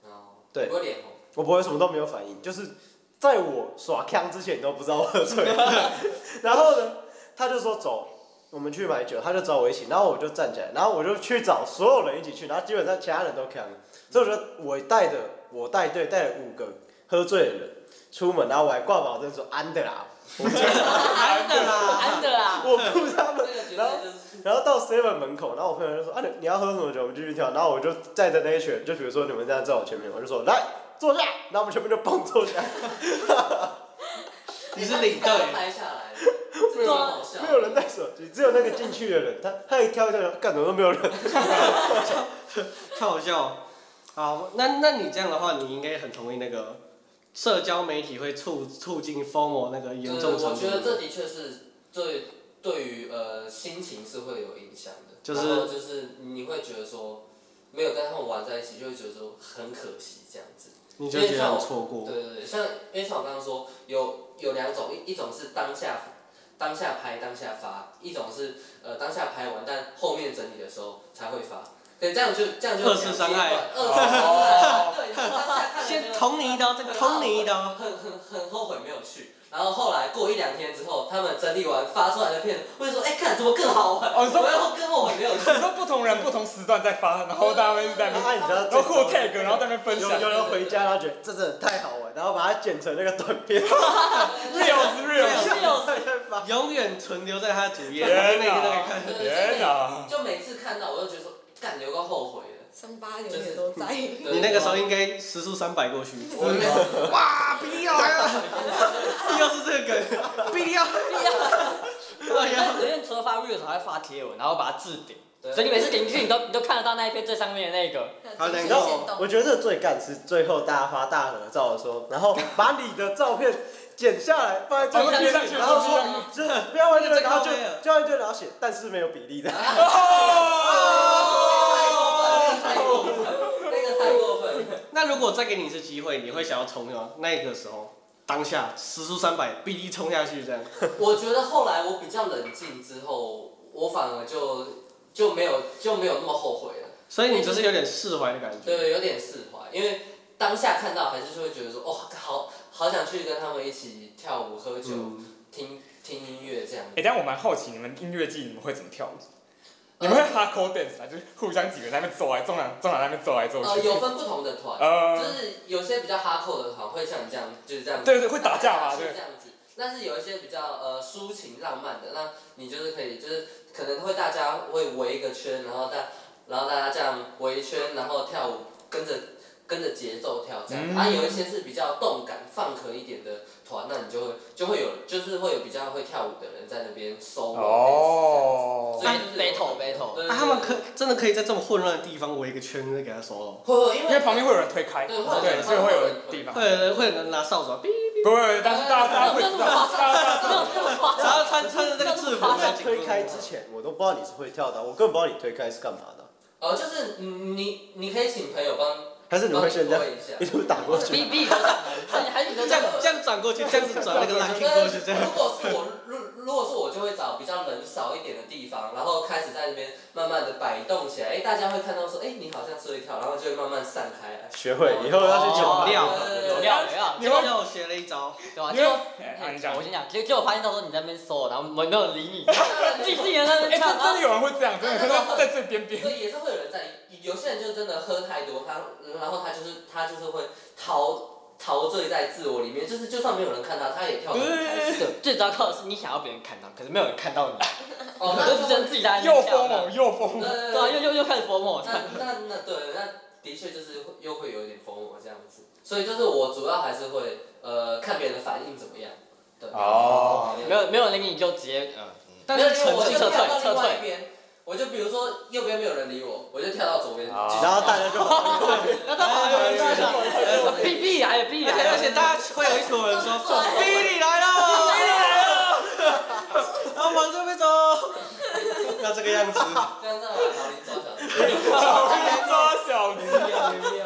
S5: 哦
S1: 对
S5: 不会脸红。
S1: 我不会什么都没有反应，就是在我耍腔之前，你都不知道我喝醉。然后呢，他就说走，我们去买酒，他就找我一起，然后我就站起来，然后我就去找所有人一起去，然后基本上其他人都扛，所以我觉得我带着我带队带了五个喝醉的人出门，然后我还挂保证说安的啦，
S2: 安的啦，
S6: 安的啦，
S1: 我顾他
S5: 这
S1: 们
S5: 个绝对
S1: 然后
S5: 就是
S1: 然后到 seven 门口，然后我朋友就说啊你你要喝什么酒，我们继续跳。然后我就站在那一群人，就比如说你们这样在我前面，我就说来坐下，然后我们全部就蹦坐下，
S2: 你是领队
S5: 大家拍下来，这个很好笑。
S1: 没有人带手机，只有那个进去的人，他他一跳一跳，干什么都没有人。
S2: 太好笑哦。好，那那你这样的话，你应该很同意那个社交媒体会促促进 FOMO 那个严
S5: 对，
S2: 重程
S5: 我
S2: 度。
S5: 觉得这的确是对对于呃心情是会有影响的，
S2: 就是
S5: 然后就是你会觉得说没有跟他们玩在一起，就会觉得说很可惜这样子。
S2: 你就觉得很错过。
S5: 对对对，像因为像我刚刚说，有有两种，一一种是当下当下拍当下发，一种是呃当下拍完但后面整理的时候才会发。对，这样就这样就
S2: 二次伤害哦
S5: 两阶段二次伤害，对，就是当下看了
S2: 先
S5: 就
S2: 捅你一刀，再捅你一刀。
S5: 很很很后悔没有去。然后后来过一两天之后，他们整理完发出来的片，我就说，哎，看怎么更好玩，
S3: 哦你说
S5: 我要更后悔没有去。
S3: 你说不同人不同时段在发，然后大家一直在那
S1: 啊，
S3: 边，
S1: 你知道
S3: 然
S1: 最
S3: 后
S1: 后
S3: 互 tag，然后在那边分
S1: 有
S3: 享，
S1: 有人回家，然后觉得这真的太好玩，然后把它剪成那个短片，
S3: reels
S6: 是
S3: reels，
S2: 永远存留在他的主页，每
S3: 天
S2: 天都可以
S3: 哪
S2: 看。，
S3: 天哪！
S5: 就每次看到我就觉得说，干有个后悔的。
S4: 三八永远都在。
S5: 对
S2: 你那个时候应该时速三百过去。
S5: 我应该
S2: 哇，必要呀！ 又是这个梗，哎必要。
S6: 我有人除了发 reels 还会发贴文，然后把它置顶，
S5: 对
S6: 所以你每次点进去，你都你都看得到那一篇最上面的那个。
S2: 好
S4: 那
S2: 两
S1: 你
S4: 进
S1: 知
S4: 行
S1: 道
S4: 限
S1: 我
S4: 动，
S1: 觉得这最干是最后大家发大合照的时候，然后把你的照片剪下来放在照片
S3: 放上去
S1: 然后
S3: 放
S1: 说
S3: 上
S1: 这不要忘记了，
S2: 这个
S1: 然后就
S2: 靠背了
S1: 就一堆然后写，但是没有比例的，
S5: 太过分了，那个太过分了。
S2: 那如果再给你一次机会，你会想要冲吗？那个时候，当下时速三百，必须冲下 去这样。
S5: 我觉得后来我
S3: 嗯
S5: 比较冷静之后，我反而就就没有就没有那么后悔了。
S2: 所以你就是有点释怀的感觉。
S5: 对，有点释怀，因为当下看到还是会觉得说，哦，好好想去跟他们一起跳舞、喝酒、
S2: 嗯，
S5: 听听音乐这样。
S3: 哎、但我蛮好奇你们音乐季你们会怎么跳舞？你们会 hardcore dance 吗？就是互相几个人在那边走来，中场中场在那边走来走
S5: 呃，
S3: 去。
S5: 有分不同的团，就
S3: 呃，
S5: 是有些比较哈扣的团会像你这样，就是这样子，
S3: 对对，会打架嘛？对
S5: 这。样子。但是有一些比较呃抒情浪漫的，那你就是可以就是可能会大家会围一个圈，然后大然后大家这样围一圈，然后跳舞跟着跟着节奏跳这样。
S3: 嗯
S5: 啊，有一些是比较动感放壳一点的团，那你就会就会有就是会有比较会跳舞的人在那边 solo dance
S3: 哦
S5: 这。样子。所以就是有
S6: battle battle，
S5: 对
S2: 啊、他们可真的可以在这么混乱的地方围一个圈子给他 solo，
S5: 会会因
S3: 因
S5: 为
S3: 为旁边会有人推开，
S5: 对会
S3: 对，所以会有人地方。
S2: 会有人会有人拿扫帚啊，哔哔，
S3: 不会，但是大家大家会知道，大家大家
S2: 然后穿穿着那个制服
S1: 他
S2: 在
S1: 在推开之前，我都不知道你是会跳的，我根本不知道你推开是干嘛的，
S5: 呃就是你你你可以请朋友帮
S1: 还是你
S5: 帮
S1: 会
S5: 你
S1: 现在
S5: 推一下。
S1: 一路打过去？
S6: 比比你都大，还还你都这
S2: 这样
S6: 样，
S2: 这样转过去，这样子 转那个 lucky 过去，这样
S5: 如果是我，如 如果是我，就会找比较人少一点的地方，然后开始在那边慢慢的摆动起来。哎，大家会看到说，哎，你好像是会跳，然后就会慢慢散开来。
S1: 学会以后要去酒
S2: 哦
S1: 吧
S2: 料
S6: 有料有料，
S3: 你
S6: 结
S2: 结
S3: 会
S6: 果
S2: 果让我学了一招，
S6: 对吧？
S3: 你
S6: 结果
S3: 会。哎，你讲
S6: 我。先讲，哎结结果发现到时候你在那边搜，然后没没有人理你，自己自己在那边
S3: 哎，真
S6: 唱，
S3: 真的有人会这样，真的看到在最边边。
S5: 所以也是会有人在，有些人就真的喝太多，他然后他就是他就是会陶陶醉在自我里面，就是就算没有人看他，他也跳得很开心。
S6: 对最糟糕的是你想要别人看到，可是没有人看到你，
S5: 哦，
S6: 你
S5: 那
S6: 就只能
S5: 就
S6: 自己在那
S3: 又
S6: 边
S3: 疯
S6: 跳。
S3: 猛又疯猛，
S5: 呃，
S6: 对啊，又又又开始疯魔，
S5: 那那那对，那的确就是会又会有一点疯魔这样子，所以就是我主要还是会呃看别人的反应怎么样，对。
S3: 哦
S6: 没有没有人理你就直接嗯，
S2: 但
S5: 没有
S2: 是
S5: 因为我
S2: 纯
S5: 就
S6: 撤
S5: 跳
S6: 退
S5: 到
S6: 撤
S5: 另外
S6: 退
S5: 一边，我就比如说右边没有人理我，我就跳到左边。
S3: 啊
S5: 继续
S1: 然后大家就
S6: 那他跑有人去，闭闭来闭
S2: 而且而
S6: 来，
S2: 且大家会有一群人说
S4: 走来
S2: b i 来了，b 来了，然后往这边走，要这个样子。
S5: 这样这样把老林抓小弟。
S3: 抓小鸡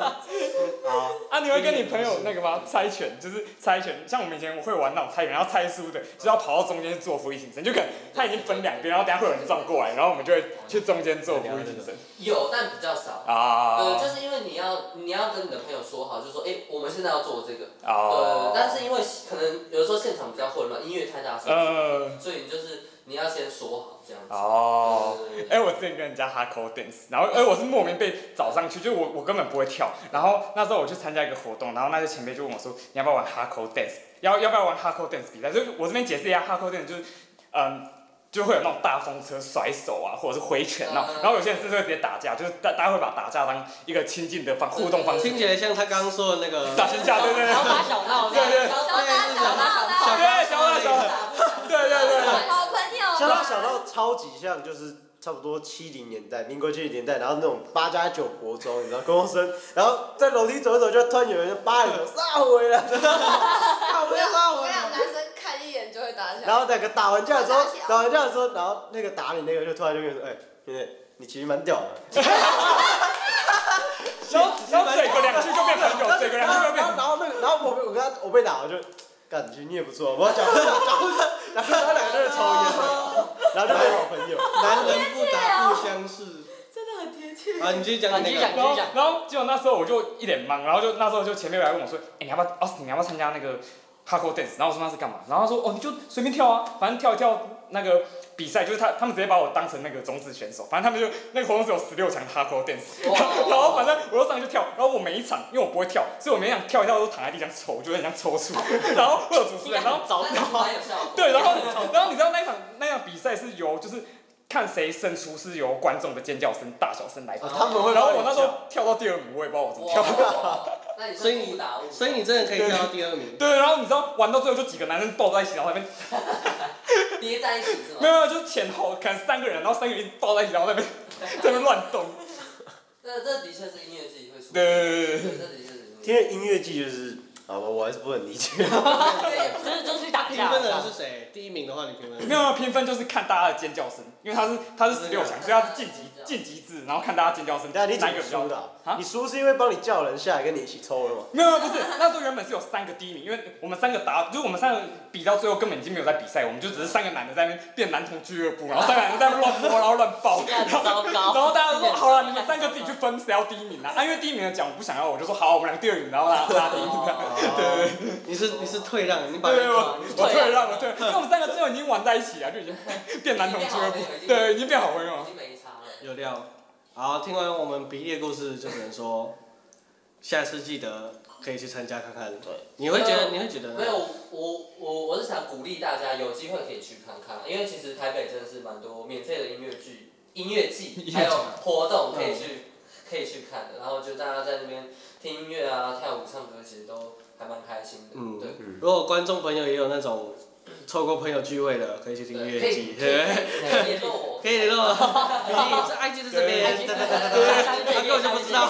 S3: 啊！你会跟你朋友那个吗？猜拳就是猜拳，像我们以前我会玩那种猜拳，然后猜输的就要跑到中间做俯卧撑，就可能他已经分两边，然后等下会有人撞过来，然后我们就会去中间做俯卧撑
S5: 有，但比较少。呃，
S3: 啊
S5: 就是因为你要你要跟你的朋友说好，就说哎、我们现在要做这个。
S3: 啊
S5: 呃，！但是因为可能有时候现场比较混乱，音乐太大声，
S3: 呃
S5: 所以你就是你要先说好这样子。
S3: 哦。
S5: 对对对对
S3: 哎、我之前跟人家 hardcore dance，然后哎、我是莫名被找上去，就是我我根本不会跳，然后那时候我去参加一个活动，然后那些前辈就问我说，你要不要玩 hardcore dance？要要不要玩 hardcore dance 比赛？就是我这边解释一下，hardcore dance 就是，嗯，就会有那种大风车甩手啊，或者是挥拳那种
S5: 嗯，
S3: 然后有些人是会直接打架，就是大大家会把打架当一个亲近的方互动方式，
S2: 听起来像他刚刚说的那个，
S3: 打群架，对对
S6: 然
S3: 对
S6: 后打小闹这
S5: 对
S6: 样，
S5: 对
S4: 小打小闹的，
S3: 对，小
S2: 打
S3: 小小， 对对对对，
S4: 好朋友。
S1: 像他想到超级像，就是差不多七零年代，民国七零年代，然后那种八加九国中，你知道高中生，然后在楼梯走一走，就突然有人就扒你头，杀回来，杀回来，杀
S4: 我
S1: 回
S4: 跟你讲，
S1: 来。
S4: 男生看一眼就会打起
S1: 然
S4: 来。
S1: 后那个打完架的时候
S4: 打起来，
S1: 打完架的时候，然后那个打你那个就突然就跟你说，哎、现在你其实蛮屌的。
S3: 然后然后嘴个两句就变朋友，嘴个
S1: 然
S3: 两
S1: 后
S3: 句就变
S1: 然后
S3: 朋友。
S1: 然后那个然后我被我跟他我被打，我就感觉你也不错，我要讲讲讲，然后他两个人抽烟，然后就变好朋友。
S2: 男人不打不相识。
S4: 真的很贴切。
S2: 啊，你继续讲
S6: 啊
S2: 你
S6: 你
S2: 那
S6: 继续
S2: 个
S6: 讲，。
S3: 然后，然后结果那时候我就一脸懵，然后就那时候就前辈来问我说：“哎、你要不要奥斯汀？你要不要参加那个 hardcore dance？” 然后我说那是干嘛？然后他说：“哦，你就随便跳啊，反正跳一跳那个比赛，就是他他们直接把我当成那个种子选手，反正他们就那个活动只有十六强 hardcore dance，然
S6: 哦
S3: 后然后反正我就上去跳，然后我每一场因为我不会跳，所以我每一场跳一跳都躺在地上抽，就很像抽搐， 然后会有主持
S6: 应
S3: 人，
S6: 该
S3: 然后
S6: 很糟
S5: 但是
S6: 糕。
S5: 蛮有效果。
S3: 对，然后然后你知道那一场那场比赛是由就是看谁胜出是由观众的尖叫声、大小声来
S1: 啊他们会
S3: 然后我那时候跳到第二名，我也不知道我怎么跳。
S5: 哇，那你
S2: 所以
S5: 算误
S2: 你
S5: 打误，
S2: 所以你真的可以跳到第二名。
S3: 对，然后你知道玩到最后就几个男生抱在一起，然后在那边
S5: 叠在一起是吗
S3: 没？有没有，就是前后可能三个人，然后三个人抱在一起，然后在那边 在那边乱动。
S5: 这这的确是音乐季会出现，
S3: 对对对对对
S5: 对，这的确是音乐季。
S1: 因为音乐季就是好吧，我还是不能理 解。
S6: 就是就是去打
S2: 评
S6: 架。
S2: 分的人是谁？第一名的话，你评分。
S3: 没有没有评分就是看大家的尖叫声，因为他是他是十六强，所以他是晋级晋级制，然后看大家尖叫声，
S1: 但
S3: 哪
S1: 你
S3: 一
S1: 怎么
S3: 个比较
S1: 输的
S3: 大？
S1: 啊？
S3: 啊
S1: 你输是因为帮你叫人下来跟你一起抽了吗？
S3: 没有没有不是，那时候原本是有三个第一名，因为我们三个打，就是我们三个比到最后根本已经没有在比赛，我们就只是三个男的在那边变男童俱乐部，然后三个男的在那边乱摸，然后乱抱，
S6: 这样很糟糕。
S3: 然后大家都说好了，你们三个自己去分谁要第一名啊？啊，因为第一名的奖我不想要，我就说好，我们两个第二名，然后拉拉第一名。
S2: 你是你是退让，你把
S3: 对对，我我退让了，
S6: 退
S3: 对，因为我们三个最后已经玩在一起了，就已经变男童俱乐部
S5: 已经变好朋
S3: 对，已经变好朋
S5: 友已，经
S3: 友
S5: 已
S3: 了。
S5: 经没差了。
S2: 有料。好，听完我们比利的故事，就只能说，下次记得可以去参加看看。对，你会觉得你会觉得
S5: 没有，我我我是想鼓励大家有机会可以去看看，因为其实台北真的是蛮多免费的音乐剧、音乐 嗯季，还有活动可以去、可以去看的。然后就大家在那边听音乐啊、跳舞、唱歌，其实都还蛮开心的。
S2: 嗯
S5: 对，
S2: 如果观众朋友也有那种凑过朋友聚会的，可以去听音乐
S5: 可以
S2: 季，
S5: 可以可以联络我，
S2: 可以联络我。比利，这 IG 在这边，
S6: 对
S2: 他根本就不知道，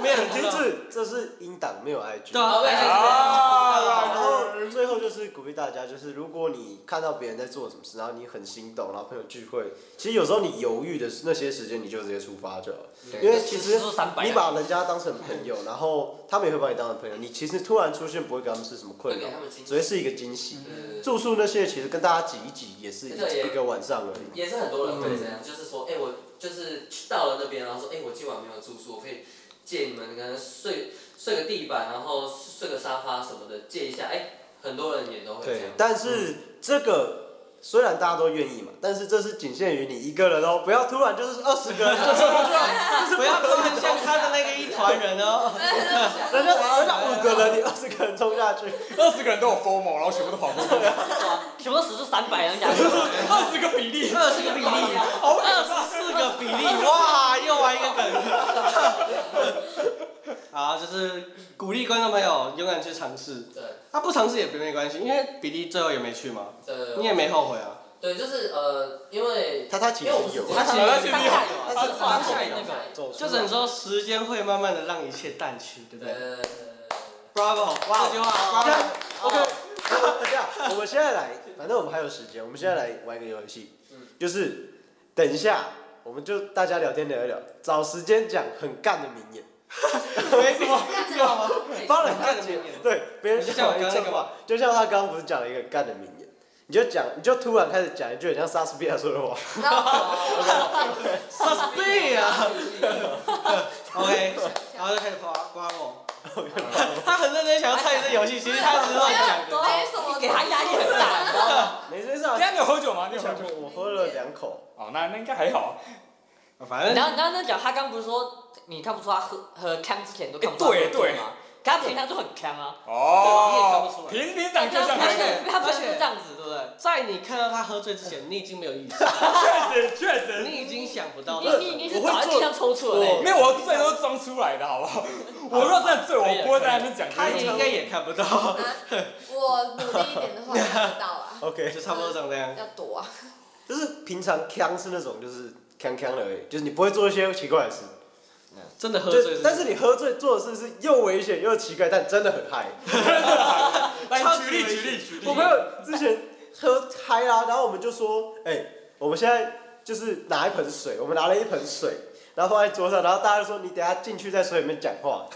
S1: 没
S3: 啊
S1: 有，停止，这是英党没有 IG。
S2: 对啊
S5: 好
S2: ，IG 是
S1: 然
S3: 啊，
S1: 后最后就是鼓励大家，就是如果你看到别人在做什么事，然后你很心动，然后朋友聚会，其实有时候你犹豫的那些时间，你就直接出发就好了。因为其实你把人家当成朋友，然后他们也会把你当成朋友，你其实突然出现不会给他们是什么
S5: 会
S1: 困扰
S5: 给，他们惊
S1: 只
S5: 喜。
S1: 会是一个惊喜。
S5: 对对对
S1: 住宿那些其实跟大家挤一挤也是一个晚上而已。
S5: 也是很多人会这样，就是说，哎、我就是去到了那边，然后说，哎、我今晚没有住宿，我可以借你们可能睡睡个地板，然后睡个沙发什么的，借一下。哎、很多人也都会这
S1: 对
S5: 样，。
S1: 但是这个虽然大家都愿意嘛，但是这是仅限于你一个人哦，不要突然就是二十个 人就冲出来，就是
S2: 不要都很像他的那个一团人哦。
S1: 人家人家五个 人，你二十个人冲下去，
S3: 二十个人都有 formal，然后全部都跑过去，
S6: 全部死出三百人，讲二
S3: 二十个比例，
S2: 二十个比例，二十四个比例，哇，又玩一个梗。 好，就是鼓励观众朋友勇敢去尝试，
S5: 对，
S2: 他、不尝试也没关系，因为比利最后也没去嘛，
S5: 呃，
S2: 你也没后悔啊。
S5: 对，就是呃，因为
S1: 他他其
S5: 因
S1: 实
S5: 为我们是
S1: 有，
S5: 他
S6: 其实他是画
S2: 下
S6: 那个。
S1: 走出
S2: 就
S1: 来
S2: 只能说时间会慢慢的让一切淡去，对不对
S5: 呃，
S2: ？Bravo，这句话
S1: 这样
S2: Bravo，
S1: OK，这样，我们现在来，反正我们还有时间，我们现在来玩一个游戏
S5: 嗯，
S1: 就是等一下，我们就大家聊天聊一聊，找时间讲很干的名言，
S2: 没什么，知道吗？
S1: 帮人
S2: 干
S1: 家
S2: 的
S1: 解
S2: 名言
S1: 对别人
S2: 哎就像我刚刚那
S1: 讲
S2: 个
S1: 话，就像他刚刚不是讲了一个很干的名言，你就讲，你就突然开始讲一句很像莎士比亚说的话，
S4: 然后
S2: 莎士比亚
S5: 啊，
S2: ，OK，然后就开始夸 Bravo，他很认真想要参与这游戏，其实他只是乱讲的。
S4: 没什么，
S6: 给他压力很大，你知道吗？
S1: 没事上
S3: 等一，下你有喝酒吗？你有喝
S1: 想
S3: 酒？
S1: 过我喝了两口，
S3: 哦，那那应该还好。
S2: 反正
S6: 然后然后那讲他刚不是说你看不出他喝喝康之前都看不出
S3: 哎对对
S6: 吗？可他平常就很康啊，
S3: 哦，平平常就 像
S6: 他
S3: 喝
S6: 平
S3: 酒，
S6: 常他平常就这样子，对不对？
S2: 在你看到他喝醉之前，你已经没有意识，
S3: 确实确实。
S2: 你已经想不到
S6: 你
S2: 了。
S6: 你你是倒在地上抽搐的
S1: 我
S6: 嘞，
S3: 没有，我醉都是装出来的，好不好？我若真的醉，我不会在那边讲。
S2: 他应该也看不到，
S4: 我努力一点的话看不到啊，
S1: ，OK，
S2: 就差不多长这样。
S4: 要躲啊。
S1: 就是平常呛是那种就是呛呛的而已，就是你不会做一些奇怪的事。
S2: 真的喝醉
S1: 就，但是你喝醉做的事是又危险又奇怪，但真的很 嗨。
S3: 来举例举例举例。
S1: 我朋友之前喝嗨啦、然后我们就说，哎、我们现在就是拿一盆水，我们拿了一盆水，然后放在桌上，然后大家就说你等一下进去在水里面讲 话。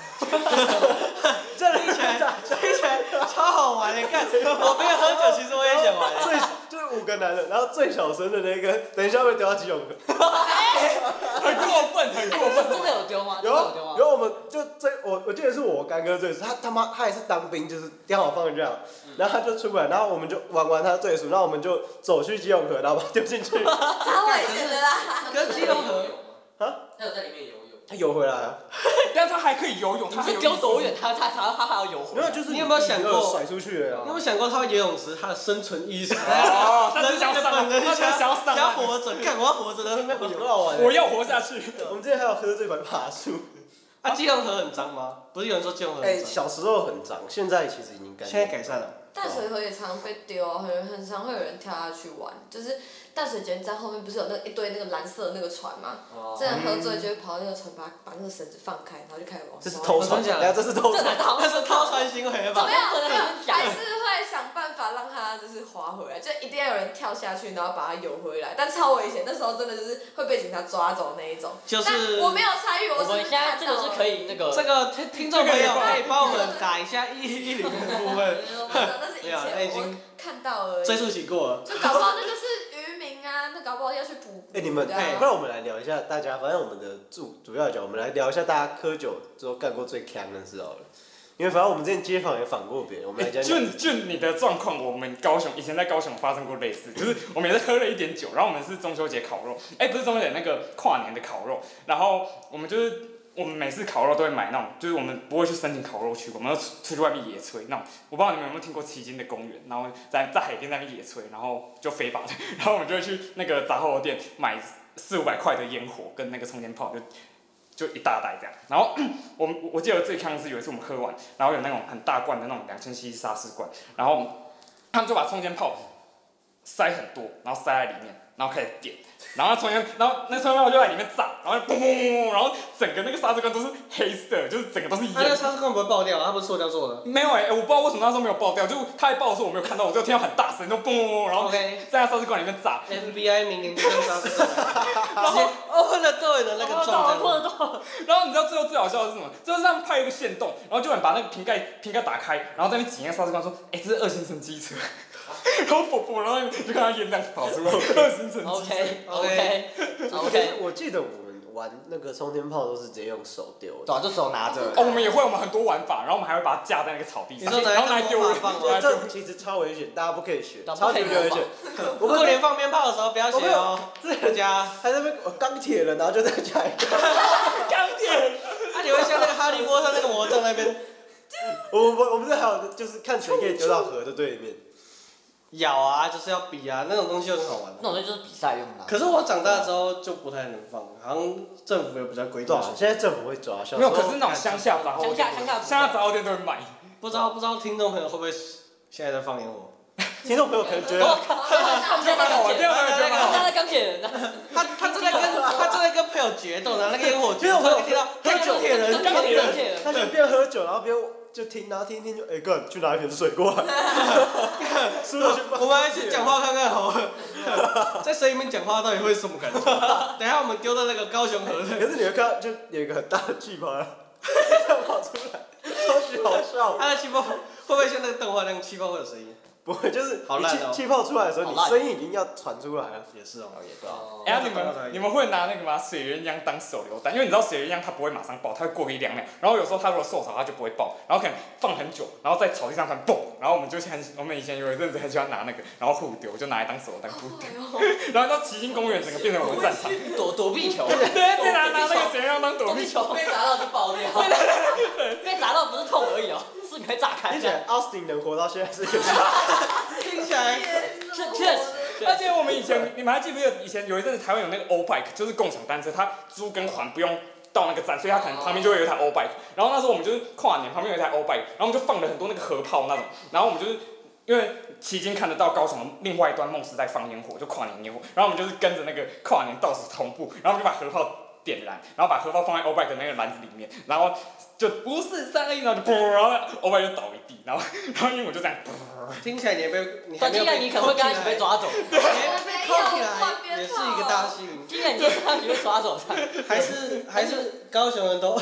S1: 这人
S2: 听起来听起来超好玩的，看我没有喝酒，其实我也想玩。
S1: 最就是五个男人，然后最小声的那个，等一下会丢到基隆河。
S3: 很过分，很过分。
S6: 啊真的有丢吗？真
S1: 有
S6: 的有
S1: 啊
S6: 丢吗？
S1: 有，我们就最我我记得是我干哥最熟，他他妈他也是当兵，就是电话放这样，
S2: 嗯
S1: 然后他就出门，然后我们就玩玩他最熟，然后我们就走去基隆河，然后把他丢进 去，
S4: 超危险的啦！
S2: 跟基隆河
S5: 游泳吗？
S1: 啊
S5: 他有在里面游泳。
S1: 他游回来了。
S3: 但他还可以游泳，
S6: 哎你
S3: 他还
S6: 是丢多远？他他他他还要游回
S1: 没
S6: 来
S1: 有，就是
S2: 你有没有想过
S1: 你甩出去了
S2: 你有
S1: 啊
S2: 没有想过他会游泳池，他的生存意识？
S3: 哦，他只
S2: 人
S3: 是想
S2: 的
S3: 上岸，
S2: 本
S3: 他
S2: 能
S3: 只是想要上
S2: 想要
S3: 岸。
S2: 活着，看我要活着的那边
S1: 很好玩欸。
S3: 我要活下去。
S1: 我们之前还有喝醉玩爬树，
S2: 啊，基隆河很脏吗？不是有人说基隆河
S1: 哎，
S2: 很脏？
S1: 小时候很脏，现在其实已经干
S4: 哎
S2: 现在
S1: 净。
S2: 改善了。
S4: 淡水河也常常被丢啊，很很常会有人跳下去玩。就是淡水捷运站后面不是有那一堆那个蓝色的那个船吗？
S5: 哦
S4: 这人喝醉就会跑到那个船，把把那个绳子放开，然后就开始往
S1: 这是
S4: 上
S1: 偷船，
S2: 我跟你讲
S1: 等啊下这是偷
S6: 这哪
S1: 船，
S6: 到？
S2: 那是 掏船行为
S4: 怎
S2: 吧
S4: 么？样？哎
S6: 真的很假
S4: 还是会想办法让它就是滑回来，就一定要有人跳下去，然后把它游回来。但超危险，那时候真的就是会被警察抓走哎那一种。
S2: 就是
S4: 但我没有参与，
S6: 我
S4: 只
S6: 们
S4: 是
S6: 现在
S4: 看
S6: 这
S4: 到
S6: 个是
S4: 了。
S6: 可以那个，
S2: 这个听听众朋友可以帮我们打一下一一零的部分，
S4: 那是以
S2: 没有那已
S4: 前我
S2: 经
S4: 看到而已。
S2: 追溯期过了。
S4: 就搞不好那个是渔民啊，那搞不好要去捕。
S1: 哎，你们，
S4: 对
S1: 哎，
S4: 啊
S1: 不然我们来聊一下大家，反正我们的主主要讲，我们来聊一下大家喝酒之后干过最强的事好了。因为反正我们之前街访也访过别人，我们来讲讲。
S3: 哎就就你的状况，我们高雄以前在高雄发生过类似，就是我们也是喝了一点酒，然后我们是中秋节烤肉，哎、不是中秋节那个跨年的烤肉，然后我们就是我们每次烤肉都会买那种，就是我们不会去申请烤肉区，我们要出出去外面野炊那种。我不知道你们有没有听过旗津的公园，然后在在海边那边野炊，然后就飞吧，然后我们就会去那个杂货店买四五百块的烟火跟那个冲天炮，就就一大袋这样。然后我们我记得最坑的是有一次我们喝完，然后有那种很大罐的那种两千 cc 沙士罐，然后他们就把冲天炮塞很多，然后塞在里面，然后开始点，然后那冲天，然后那冲天炮就在里面炸，然后就嘣嘣嘣嘣，然后整个那个沙子罐都是黑色，就是整个都是
S2: 它那个
S3: 烟。
S2: 沙子罐不会爆掉，它不是塑胶做的。
S3: 没有哎、欸我不知道为什么那时候没有爆掉，就是他在爆的时候我没有看到，我就听到很大声，就嘣嘣嘣，然后
S2: OK。
S3: 在那沙子罐里面炸，
S2: FBI 明年就跟沙子罐，直接哦，那对的那个撞
S6: 破了
S2: 的。
S6: 多少？
S3: 然后你知道最后最好笑的是什么？就是他们拍一个线洞，然后就有人把那个瓶盖瓶盖打开，然后在那边挤那个刹车罐说：“哎、这是二行程机车。” 然后啵啵，然后就看到烟这样跑出来，二行程机车。
S6: OK OK
S1: 我记
S6: OK，
S1: 哎我记得我们玩那个冲天炮都是直接用手丢的，
S6: 早就手拿着
S3: 哦，我们也会，我们很多玩法，然后我们还会把它架在那个草地上，
S2: 你说
S3: 然后拿来丢人
S2: 拿一个魔法棒，
S3: 拿来丢人
S1: 这其实超危险，大家不可以学，
S6: 大家
S1: 超
S6: 不
S1: 级
S6: 可以
S1: 危险。
S2: 不过连放鞭炮的时候不要写哦，大家。
S1: 还在那边我哦钢铁人，然啊后就在家里，
S3: 钢铁。
S2: 啊，你会像那个哈利波特那个魔杖那边
S1: 我们我们这还有就是看谁可以丢到河的对面。
S2: 咬啊，就是要比啊，那种东西就很好玩
S6: 那。种东西就是比赛用的啊。
S2: 可是我长大之后就不太能放，好像政府有比较规定
S1: 对啊，，现在政府会抓，小
S3: 没
S1: 时
S3: 有，
S1: 候
S3: 可是那种乡下杂货店，
S6: 乡下乡下
S3: 乡下杂货店都会买。
S2: 不知道不知道听众朋友会不会现在在放烟火？
S1: 听众朋友可能觉
S6: 我
S3: 哦
S1: 得，
S6: 靠，
S4: 好
S6: 现在钢
S3: 我
S6: 铁
S3: 这样
S6: 人，
S3: 还有觉得蛮好
S6: 现在钢铁人呢？
S2: 他他正在跟他正在跟朋友决斗，拿那个烟火决
S1: 因为
S2: 斗，
S1: 我有
S2: 我听到
S1: 钢铁人
S6: 钢铁
S1: 钢
S6: 人，
S1: 他就边喝酒，然后边就听，然后听一听就哎哥，你去拿一瓶水过来， 输了去
S2: 我们来去讲话看看好了，在水里面讲话到底会是什么感觉？等一下我们丢到那个高雄河
S1: 可
S2: 的，
S1: 是你会看到就有一个很大的气泡，然后这样跑出来，超级好笑。
S2: 它的气泡会不会像那个动画那样气泡会有声音？
S1: 不会，就是
S2: 好
S1: 你
S2: 烂
S1: 气
S2: 哦
S1: 气泡出来的时候，
S6: 好
S1: 你
S6: 烂
S1: 声音已经要传出来了。
S2: 也是哦，
S6: 也对啊
S5: 哦
S3: 哎、呀，你
S2: 我找到
S3: 们
S2: 一个
S3: 你们会拿那个吗？水鸳鸯当手榴弹，因为你知道水鸳鸯它不会马上爆，它会过个一两秒。然后有时候它如果受潮，它就不会爆，然后可能放很久，然后在草地上突然蹦。然后我们就很我们以前有一阵子很喜欢拿那个，然后互丢，就拿来当手榴弹互丢。然后到奇经公园整个变成我们战场，
S6: 躲躲避球，啊
S3: 对，再拿拿那个水鸳鸯当躲
S6: 躲
S3: 避
S6: 避
S3: 球。
S6: 球，
S5: 被砸到就爆掉。
S6: 被砸到不是痛而已哦，是你会炸开
S1: 听起
S6: 的。
S1: 来 Austin 能活到现在是个
S2: 听起来
S6: 确确实，
S3: 而且我们以前，你们还记不记得以前有一阵子台湾有那个 O bike，就是共享单车，它租跟还不用到那个站，所以它可能旁边就会有一台 O bike。然后那时候我们就是跨年旁边有一台 O bike，然后我们就放了很多那个核炮那种，然后我们就是。因为迄今看得到高雄的另外一端梦时代放烟火，就跨年烟火，然后我们就是跟着那个跨年倒数同步，然后我们就把核炮点燃，然后把核炮放在 O bike 的那个篮子里面，然后就不是三二一，然后就砰，然后 O bike 就倒一地，然后 然后烟火就这样，
S2: 听起来你还被 你还
S6: 但
S2: 没有
S6: 既然
S2: 被
S6: 你可能会跟他一起被抓走，
S2: 被铐起来，也是一个大新闻。
S6: 既然你跟他一起被抓走，
S2: 还是还是高雄人都，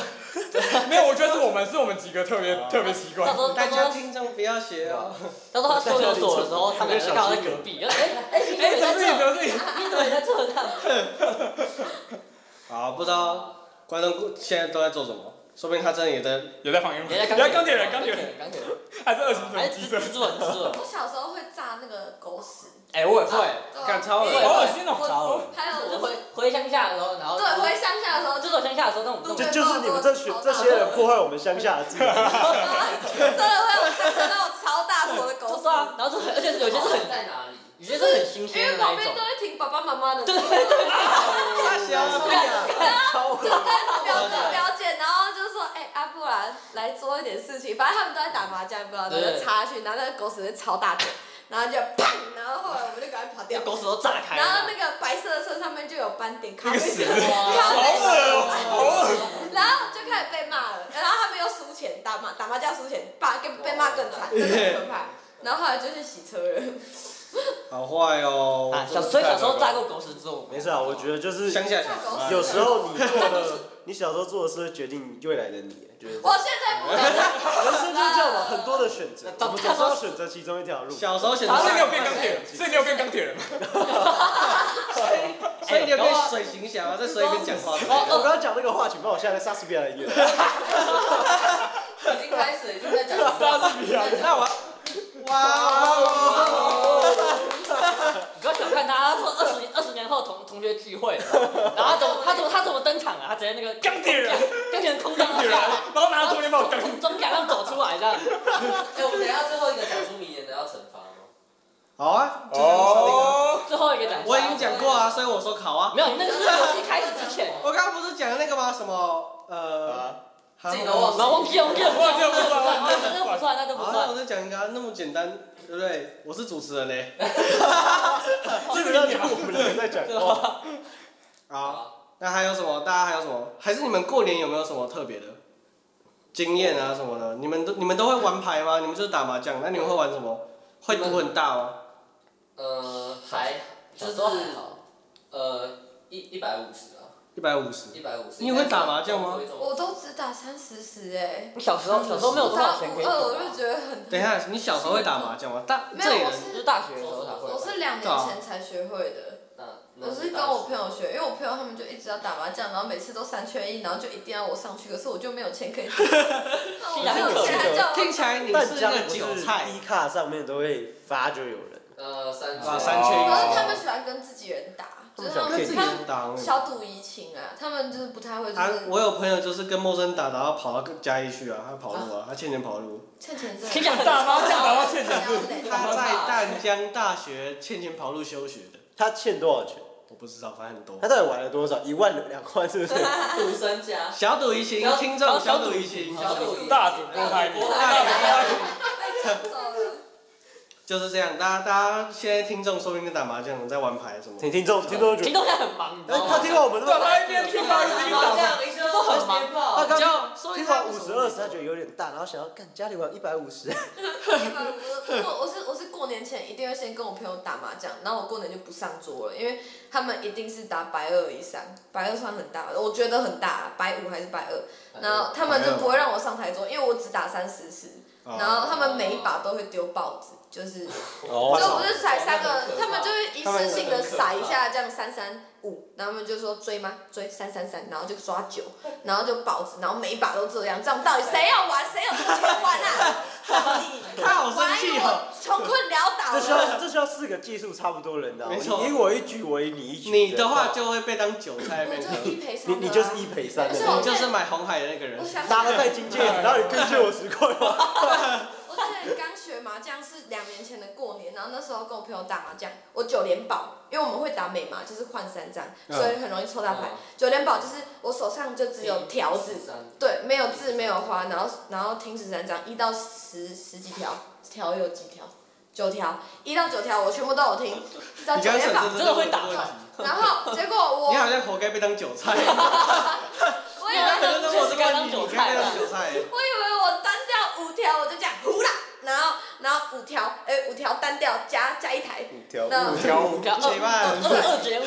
S3: 没有，我觉得是我们是我们几个特别特别奇怪
S6: 到。时候
S2: 大
S6: 到时
S2: 家
S6: 候
S2: 听众不要学哦。
S6: 到时候他收留所的时候，他们两个刚好在隔壁，然后哎哎，你怎么
S3: 哎、
S6: 也
S3: 怎
S6: 在
S3: 么是你？怎
S6: 这？
S3: 么是你？
S6: 你怎么也在这？这样
S2: 好，不知道观众现在都在做什么，说不定他真的也在。
S3: 有在放烟火？
S6: 你在
S3: 有在钢铁人，钢铁人
S6: 人，钢铁人，
S3: 还是二行
S6: 还
S3: 程
S6: 是
S3: 机车
S6: 蜘？蛛人，蜘蛛人。
S4: 我小时候会炸那个狗屎，
S6: 哎，我也会，
S2: 干超恶
S6: 心
S3: 好恶心哦
S6: 超恶心
S4: 还有
S6: 就是
S4: 我
S6: 回回乡下的时候，然后
S4: 对回乡下的时候，
S6: 就是我乡下的时候，那我们
S1: 就
S6: 这种
S1: 就是你们这群这些人破坏我们乡下的自己。
S4: 真的会有看到那种超大坨的狗
S6: 就
S4: 屎
S6: 是，啊，然后就很，而且有些是很，
S5: 在哪里？
S6: 有些是很新
S4: 因
S6: 鲜
S4: 为
S6: 的那
S4: 旁
S6: 一
S4: 边
S6: 种
S4: 都。会停爸爸妈妈的车。
S6: 对对对，
S2: 他小
S1: 超
S4: 就跟表哥表姐，然后就说，哎、哎啊，不然来做一点事情，反正他们都在打麻将，不知道，然后就
S6: 对
S4: 插下去，拿那个狗屎在超大点，然后就砰，然后后来我们就赶快跑掉
S6: 那。狗屎都炸开
S4: 然
S6: 了。
S4: 后那个白色的车上面就有斑点咖啡色，
S6: 哇
S4: 咖啡色，
S6: 好恶
S4: 然后就开始被骂了，然后他们又输钱打麻打麻将输钱，爸跟被骂更惨，真的很可怕。然后后来就去洗车了，
S2: 好坏哦。
S6: 啊，小所以小时候炸过狗屎之后，
S1: 没事啊，我觉得就是
S2: 乡下小
S4: 炸狗
S2: 孩
S4: 屎
S1: 有时候你做的，你小时候做的事会决定你未来的你，就是
S4: 我现在不敢讲，
S1: 人生就是这样嘛，很多的选择，我
S6: 长
S1: 们
S6: 大
S1: 总是
S6: 后
S1: 要选择其中一条路。哦
S2: 小时候选择
S6: 啊
S3: 所以你
S2: 炸
S3: 有
S2: 狗
S3: 变钢铁人，所以你有变钢铁人吗？
S2: 屎，所以你有被水行侠啊，在水里面讲话。
S1: 我我刚刚讲那个话，请帮我下在莎士比亚的 音乐。
S5: 已经开始，已经在讲
S3: 莎士比亚
S6: 那我
S2: 哇哦！
S6: 你不要小看他，他说二十年二十年后同同学聚会，然后他怎么他怎么他怎么登场啊？他直接那个
S3: 钢铁人，
S6: 钢铁人空降
S3: 钢铁人，
S6: 下来，
S3: 然后拿着充电宝钢铁人
S6: 从中甲上走出来这样。
S5: 哎，我们等一下最后一个讲出名言的要惩罚吗？
S2: 好啊，就这样说一个
S3: 哦，
S6: 最后一个讲，
S2: 我已经讲过啊，所以我说考啊。
S6: 没有，那个是游戏开始之前，
S2: 我刚刚不是讲那个吗？什么呃，
S1: 啊，
S2: 韩
S5: 自己
S2: 红
S5: 都忘
S6: 然后忘记了忘记了，
S3: 忘记
S6: 那
S3: 了不算
S6: 那不算，那都不
S2: 好，
S6: 算，
S2: 那我再讲一个啊、那么简单，对不对？我是主持人嘞。
S1: 这个要讲我 们两个在讲话。
S2: 啊，，那还有什么？大家还有什么？还是你们过年有没有什么特别的经验啊什么的？你们都你们都会玩牌吗？你们就是打麻将，那你们会玩什么？会赌很大吗？
S5: 呃，还就是呃一一百五十啊，
S2: 一百五十。
S5: 一百五十。
S2: 你也会打麻将吗？
S4: 我都只打三四十哎，
S6: 你小时候小时候没有
S4: 我
S6: 多
S4: 打
S6: 少钱
S4: 五
S6: 可以
S4: 二我就
S6: 赌
S4: 觉得很，
S2: 等一下，你小时候会打麻将吗？大
S4: 没
S2: 这里
S4: 有我
S2: 人
S6: 啊，就是
S4: 是
S6: 大学的时候才会。嗯
S4: 我是两年前才学会的。
S2: 啊
S4: 我是跟我朋友学，因为我朋友他们就一直要打麻将，然后每次都三缺一，然后就一定要我上去，可是我就没有钱 可以赌。那我没有钱还叫
S2: 啊听
S4: 我
S2: 起来你
S1: 但
S2: 是
S1: 江
S2: 那个
S1: 不是
S2: 韭菜。
S1: 低卡上面都会发就有人，
S5: 呃三
S2: 啊，
S5: 圈
S2: 三缺一。
S4: 可是他们喜欢跟自己人
S2: 哦
S4: 打，就是他
S1: 跟
S4: 们
S1: 自己
S4: 他
S2: 人打
S4: 们小赌怡情啊，他们就是不太会就
S2: 啊，
S4: 是
S2: 我有朋友就是跟陌生打，然后跑到嘉义去啊，他跑路啊，他欠钱跑路。
S4: 欠钱真
S6: 听
S4: 的
S6: 讲很
S3: 大麻将，然后
S4: 比
S3: 欠钱
S4: 较啊累。
S2: 他在淡江大学欠钱跑路休学的，
S1: 他欠多少钱？
S2: 我不知道，反正很多
S1: 他。到底玩了多少？一万两万是 不是？
S5: 赌身家，
S2: 小赌怡情，听众小赌怡情，
S5: 小赌
S3: 大赌公开，大赌公开。
S4: 走了
S2: 就是这样。大家大家现在听众说不定在打麻将，在玩牌什么。
S1: 听听众听众觉
S6: 听
S1: 得，
S6: 众现在很忙，你知
S1: 哎
S6: 道
S1: 他
S6: 吗？
S1: 听完我们
S3: 对，
S1: 那么，
S2: 啊
S3: 他一边听到一边打
S5: 麻将，一生年
S1: 他
S5: 报。
S1: 刚
S6: 就
S1: 刚听完五十二十，他觉得有点大，然后想要干家里玩一百五十，
S4: 一般我我是我是过年前一定会先跟我朋友打麻将，然后我过年就不上桌了，因为他们一定是打白二以上，白二算很大，我觉得很大，白五还是白二，然后他们就不会让我上台桌，因为我只打三四十，
S2: 哦
S4: 然后他们每一把都会丢报纸，就是
S1: 哦
S4: 就不是甩三个
S5: 那很可，怕
S4: 他们就会一次性的甩一下，这样三三五，然后他们就说追吗？追三三三，然后就抓九，然后就保值，然后每一把都这样，这样到底谁要玩？谁有这个钱玩啊？到底
S2: 他好生气哦！
S4: 我穷困潦倒
S1: 这需要
S4: 了。
S1: 这需要四个技术差不多人的啊，
S2: 没错
S1: 你我一局，我赢你一局。
S2: 你的话就会被当韭菜
S4: 我
S2: 被
S4: 就一赔三
S1: 你
S4: 了啊
S1: 你就是一赔三
S4: 而且
S1: 的
S4: 我，
S2: 就是买红海的那个人
S4: 我。想
S1: 拿了戴金戒指，然后你可以借我十块吗？
S4: 我之前刚学麻将是两年前的过年，然后那时候跟我朋友打麻将，我九连宝，因为我们会打美麻，就是换三张，
S2: 嗯
S4: 所以很容易抽到牌。九连宝就是我手上就只有条子，对，没有字，没有花，然后然后停止三张，一到十十几条，条有几条？九条，一到九条我全部都有听，到
S2: 你
S4: 九
S2: 刚刚
S4: 连宝
S2: 讲，
S6: 真的会打
S2: 问题
S4: 然后结果我
S2: 你好像活该被当韭菜。
S4: 我以为
S6: 真的是该当
S2: 你
S6: 韭
S2: 活该
S6: 菜
S2: 被
S6: 了
S2: 当。韭菜。
S4: 我以为我单调五条我就这样呼啦，然后然后五条哎、五条单调加加一台，那
S3: 跳舞
S6: 五条
S2: 谁吧
S6: 二二二点五，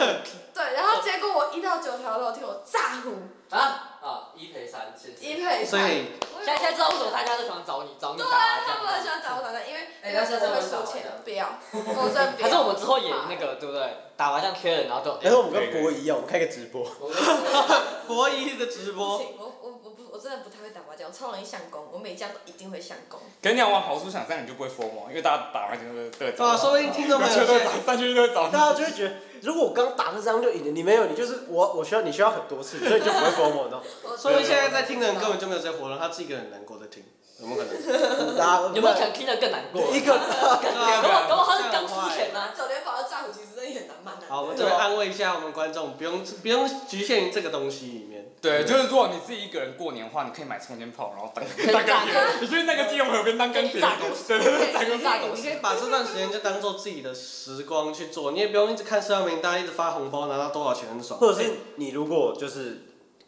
S4: 对，然后结果我一到九条都有听我炸呼
S5: 啊啊，一赔三，谢
S4: 一
S5: 谢。
S4: 配
S2: 所
S4: 三，
S2: 以
S4: 我以为
S6: 现在现在知道为什么大家都喜欢找你找你打麻
S4: 他
S6: 将
S4: 们很喜欢啊找我打架，因为
S5: 哎
S4: 因为真的会
S5: 那
S4: 输
S5: 现在
S4: 钱，不 要，我真的不要。
S6: 还是我们之后也那个对不对？打麻将缺人，然后就
S1: 然哎后我们跟博一样，我们开个直播，
S2: 博弈的直
S4: 不
S2: 播，
S4: 行，我我我不我真的不太会打麻将，我超容易相公，我每一家都一定会相公。
S3: 跟你讲，玩好处想这样你就不会疯魔，因为大家打完全都对
S2: 对啊，说不哎定听众朋友
S3: 全
S2: 现
S3: 都
S2: 在
S3: 打 上去都找
S1: 大家就会觉得，如果我刚打那张就赢了，你没有，你就是我，我需要你需要很多次，所以你就不会疯我呢。
S4: 我
S2: 所以现在在听的人根本就没有在活动，他自己一个人很难过在听，有没有可能？
S1: 大家
S6: 有没有可能听得更难过？
S1: 一个
S6: 搞
S2: 啊
S6: 不
S3: 啊
S6: 好搞不好他是刚出钱呢。
S4: 九连宝的战虎其实真的也很难慢的。
S2: 好，我们这边安慰一下我们观众，不用不用局限于这个东西里面。
S3: 对，就是如果你自己一个人过年的话，你可以买冲天炮，然后当
S6: 可以
S3: 当
S6: 炸
S3: 钢铁
S6: 狗，，
S3: 你去那个基隆河边当钢
S6: 可以
S3: 铁，
S6: 炸狗屎
S3: 对对对，炸
S6: 可
S3: 狗
S6: 以
S3: 屎
S6: 炸狗
S2: 你
S6: 屎
S2: 可以把这段时间就当做自己的时光去做，你也不用一直看社交名单，一直发红包拿到多少钱很爽。哎
S1: 或者是你如果就是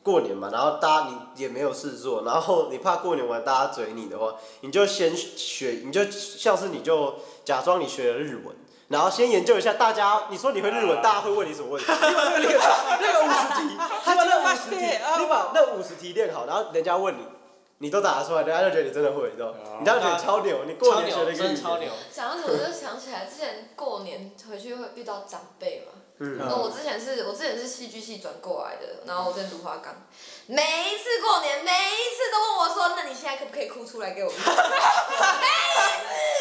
S1: 过年嘛，然后大家你也没有事做，然后你怕过年完大家嘴你的话，你就先学，你就像是你就假装你学了日文。然后先研究一下大家，你说你会日文，
S3: 啊
S1: 大家会问你什么问题？你把那个那个那个五十题，他把那五十题，你把那五十题练好，然后人家问你，你都答得出来，人家就觉得你真的会，你知道吗？
S3: 啊
S1: 你这样觉得超牛，你过
S2: 超
S1: 年学
S2: 牛，
S1: 了一个
S2: 真的超牛
S1: 语言。。
S4: 讲到这，我就想起来之前过年回去会遇到长辈嘛。
S1: 嗯
S4: 那哦我之前是我之前是戏剧系转过来的，然后我之前读花岗，每一次过年，每一次都问我说：“那你现在可不可以哭出来给我看？”每一次，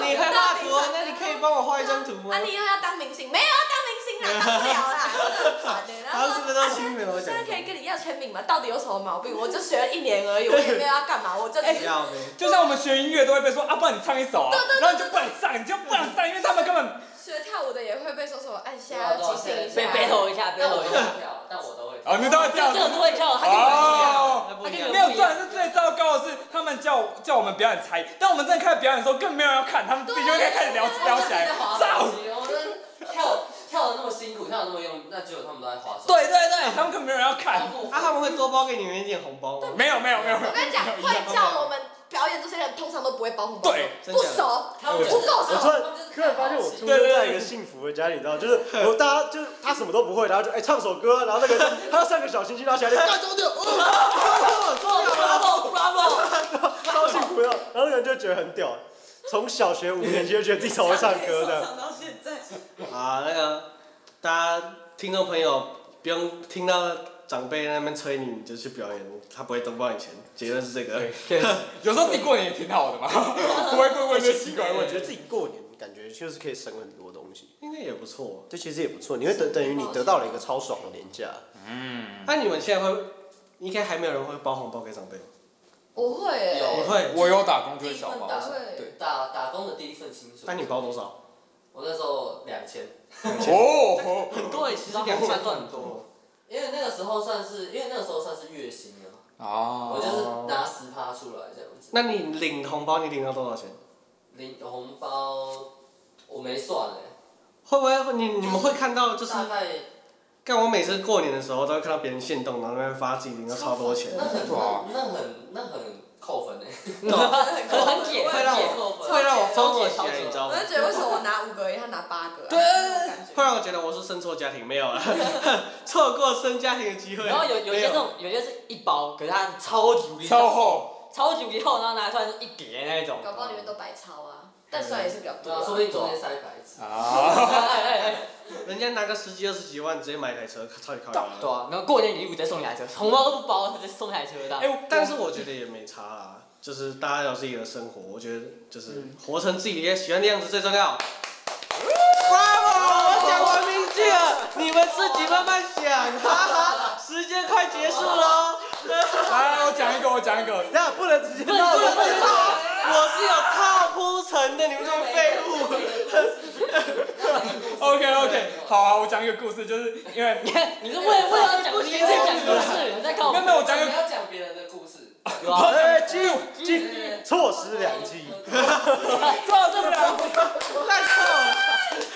S2: 你会画图啊？那你可以帮我画一张图哦吗
S4: 啊，？你又要当明星？没有要当明星啦，当不了啦，真的很烦欸的。然
S2: 他
S4: 后
S2: 是
S4: 说啊
S2: 不是都听没有
S4: 现
S2: 讲
S4: 在？可以跟你要签名吗？到底有什么毛病？我就学了一年而已，我也没有要干嘛，我就只
S2: 不
S4: 是
S2: 要呗。
S3: 就像我们学音乐都会被说啊，不然你唱一首啊，然后你就不能上，你就不能上，因为他们根本
S4: 学跳舞的也会被说什么哎按下
S5: 对啊
S4: 即兴一
S6: 被
S4: 下。
S6: battle 一下
S5: 但我
S6: ，battle 一
S5: 都会
S6: 下。
S5: 跳，但我都会跳。
S3: 啊，你都会这样
S6: 这
S3: 子
S6: 个。不会跳，他跟你啊不一样。
S3: 哦，
S2: 那不一
S6: 他就
S2: 样
S6: 没
S3: 没。有，重点是最糟糕的是，他们叫我叫我们表演才艺，但我们真的开始表演的时候，更没有人要看，他们自己就会开始聊聊起来， 造。
S5: 我们跳跳的那么辛苦，跳的那么用，那只有他们都在滑手。
S3: 对对对，他们更没有人要看。
S2: 啊，他们会多包给你们一点红包吗？
S3: 没有没有没有没有
S4: 我。跟你讲，会叫我们表演这些人通常都不会包红包，
S3: 对
S2: 真
S4: 不
S2: 的假的
S4: 熟，
S5: 他们
S4: 不够
S1: 我突
S4: 熟。
S1: 然突然发现我出生在一个幸福的家里，你知道，就是我大家就是他什么都不会，然后就哎、唱首歌，然后那个人他要上个小星星，然后起来就干中掉，
S6: Bravo Bravo！
S1: 超幸福的，然后那个人就觉得很屌。从小学五年级就觉得自己超会唱歌的，
S4: 到现在，
S2: 啊，那个大家听众朋友不用听到长辈在那边催你，你就去表演，他不会多包你钱。结论是这个。
S3: 有时候自己过年也挺好的嘛，不会过问这些奇怪的
S1: 我
S3: 问
S1: 觉
S3: 题。
S1: 得自己过年感觉就是可以省很多东西，
S2: 应该也不错。
S1: 这其实也不错。你会等等于你得到了一个超爽的年假，
S3: 嗯
S2: 那、你们现在会，应该还没有人会包红包给长辈吧？
S4: 我会欸，
S5: 有
S2: 我会，
S3: 我有打工就是小包，
S4: 对，
S5: 打打工的第一份薪水。
S2: 那你包多少？
S5: 我那时候两千，
S3: 哦，
S6: 很多其实两
S2: 两
S6: 千
S2: 千
S6: 算
S2: 算
S6: 很多。
S2: 多。
S5: 因为那个时候算是，因为那个时候算是月薪啊，我就
S3: 哦，
S5: 是拿十趴出来这样子。
S2: 那你领红包，你领到多少钱？
S5: 领红包我没算哎，
S2: 会不会你你们会看到就是，
S5: 大概
S2: 干我每次过年的时候都会看到别人现动，然后在那边发自己领到超多钱
S5: 那，很
S3: 哇
S5: 那很那很扣分哎，
S6: 嗯可很解，
S2: 会让
S6: 很解
S5: 扣分。
S2: 会让我疯了起来，你知道
S4: 我
S2: 吗？
S4: 就觉得为什么我拿五个而已，他拿八个啊，
S2: 对
S4: 感觉
S2: 会让我觉得我是生错家庭，没有了， 错过生家庭的机会。
S6: 然后有有
S2: 没
S6: 些这种，有些是一包，可是它超级无敌
S3: 超， 厚，
S6: 超级无敌厚，然后拿出来是一叠那一种。
S4: 搞不好里面都白抄啊，但虽然也是比较多
S5: 对啊，
S4: 啊，
S5: 说不定中间塞白纸。
S3: 啊，
S6: 哎哎哎
S2: 人家拿个十几二十几万直接买一台车，超级靠腰
S6: 对啊，然后过年礼物直接送你台车，红包都不包，直接送你台车的。
S3: 哎，
S2: 但是我觉得也没差啦，就是大家有自己的生活，我觉得就是
S1: 嗯
S2: 活成自己喜欢的样子最重要。Bravo！我讲完名句了，你们自己慢慢想，哈哈。时间快结束哦喽，
S3: 来，我讲一个，我讲一个，
S1: 那不能直接
S2: 我
S1: 闹
S2: 是有
S1: 了。
S2: 套，我是有套铺陈的，你们这种废物。
S3: OK OK，好啊，我讲一个故事，就是因为
S6: 你看，你是为为了讲故事在讲故事，你在看我
S3: 没
S6: 们
S3: 有没有，我讲一
S5: 不
S3: 个，
S5: 要讲别人的故事。
S6: 有啊？
S1: 哎，金金错失良机，
S6: 错这么
S2: 烂透了，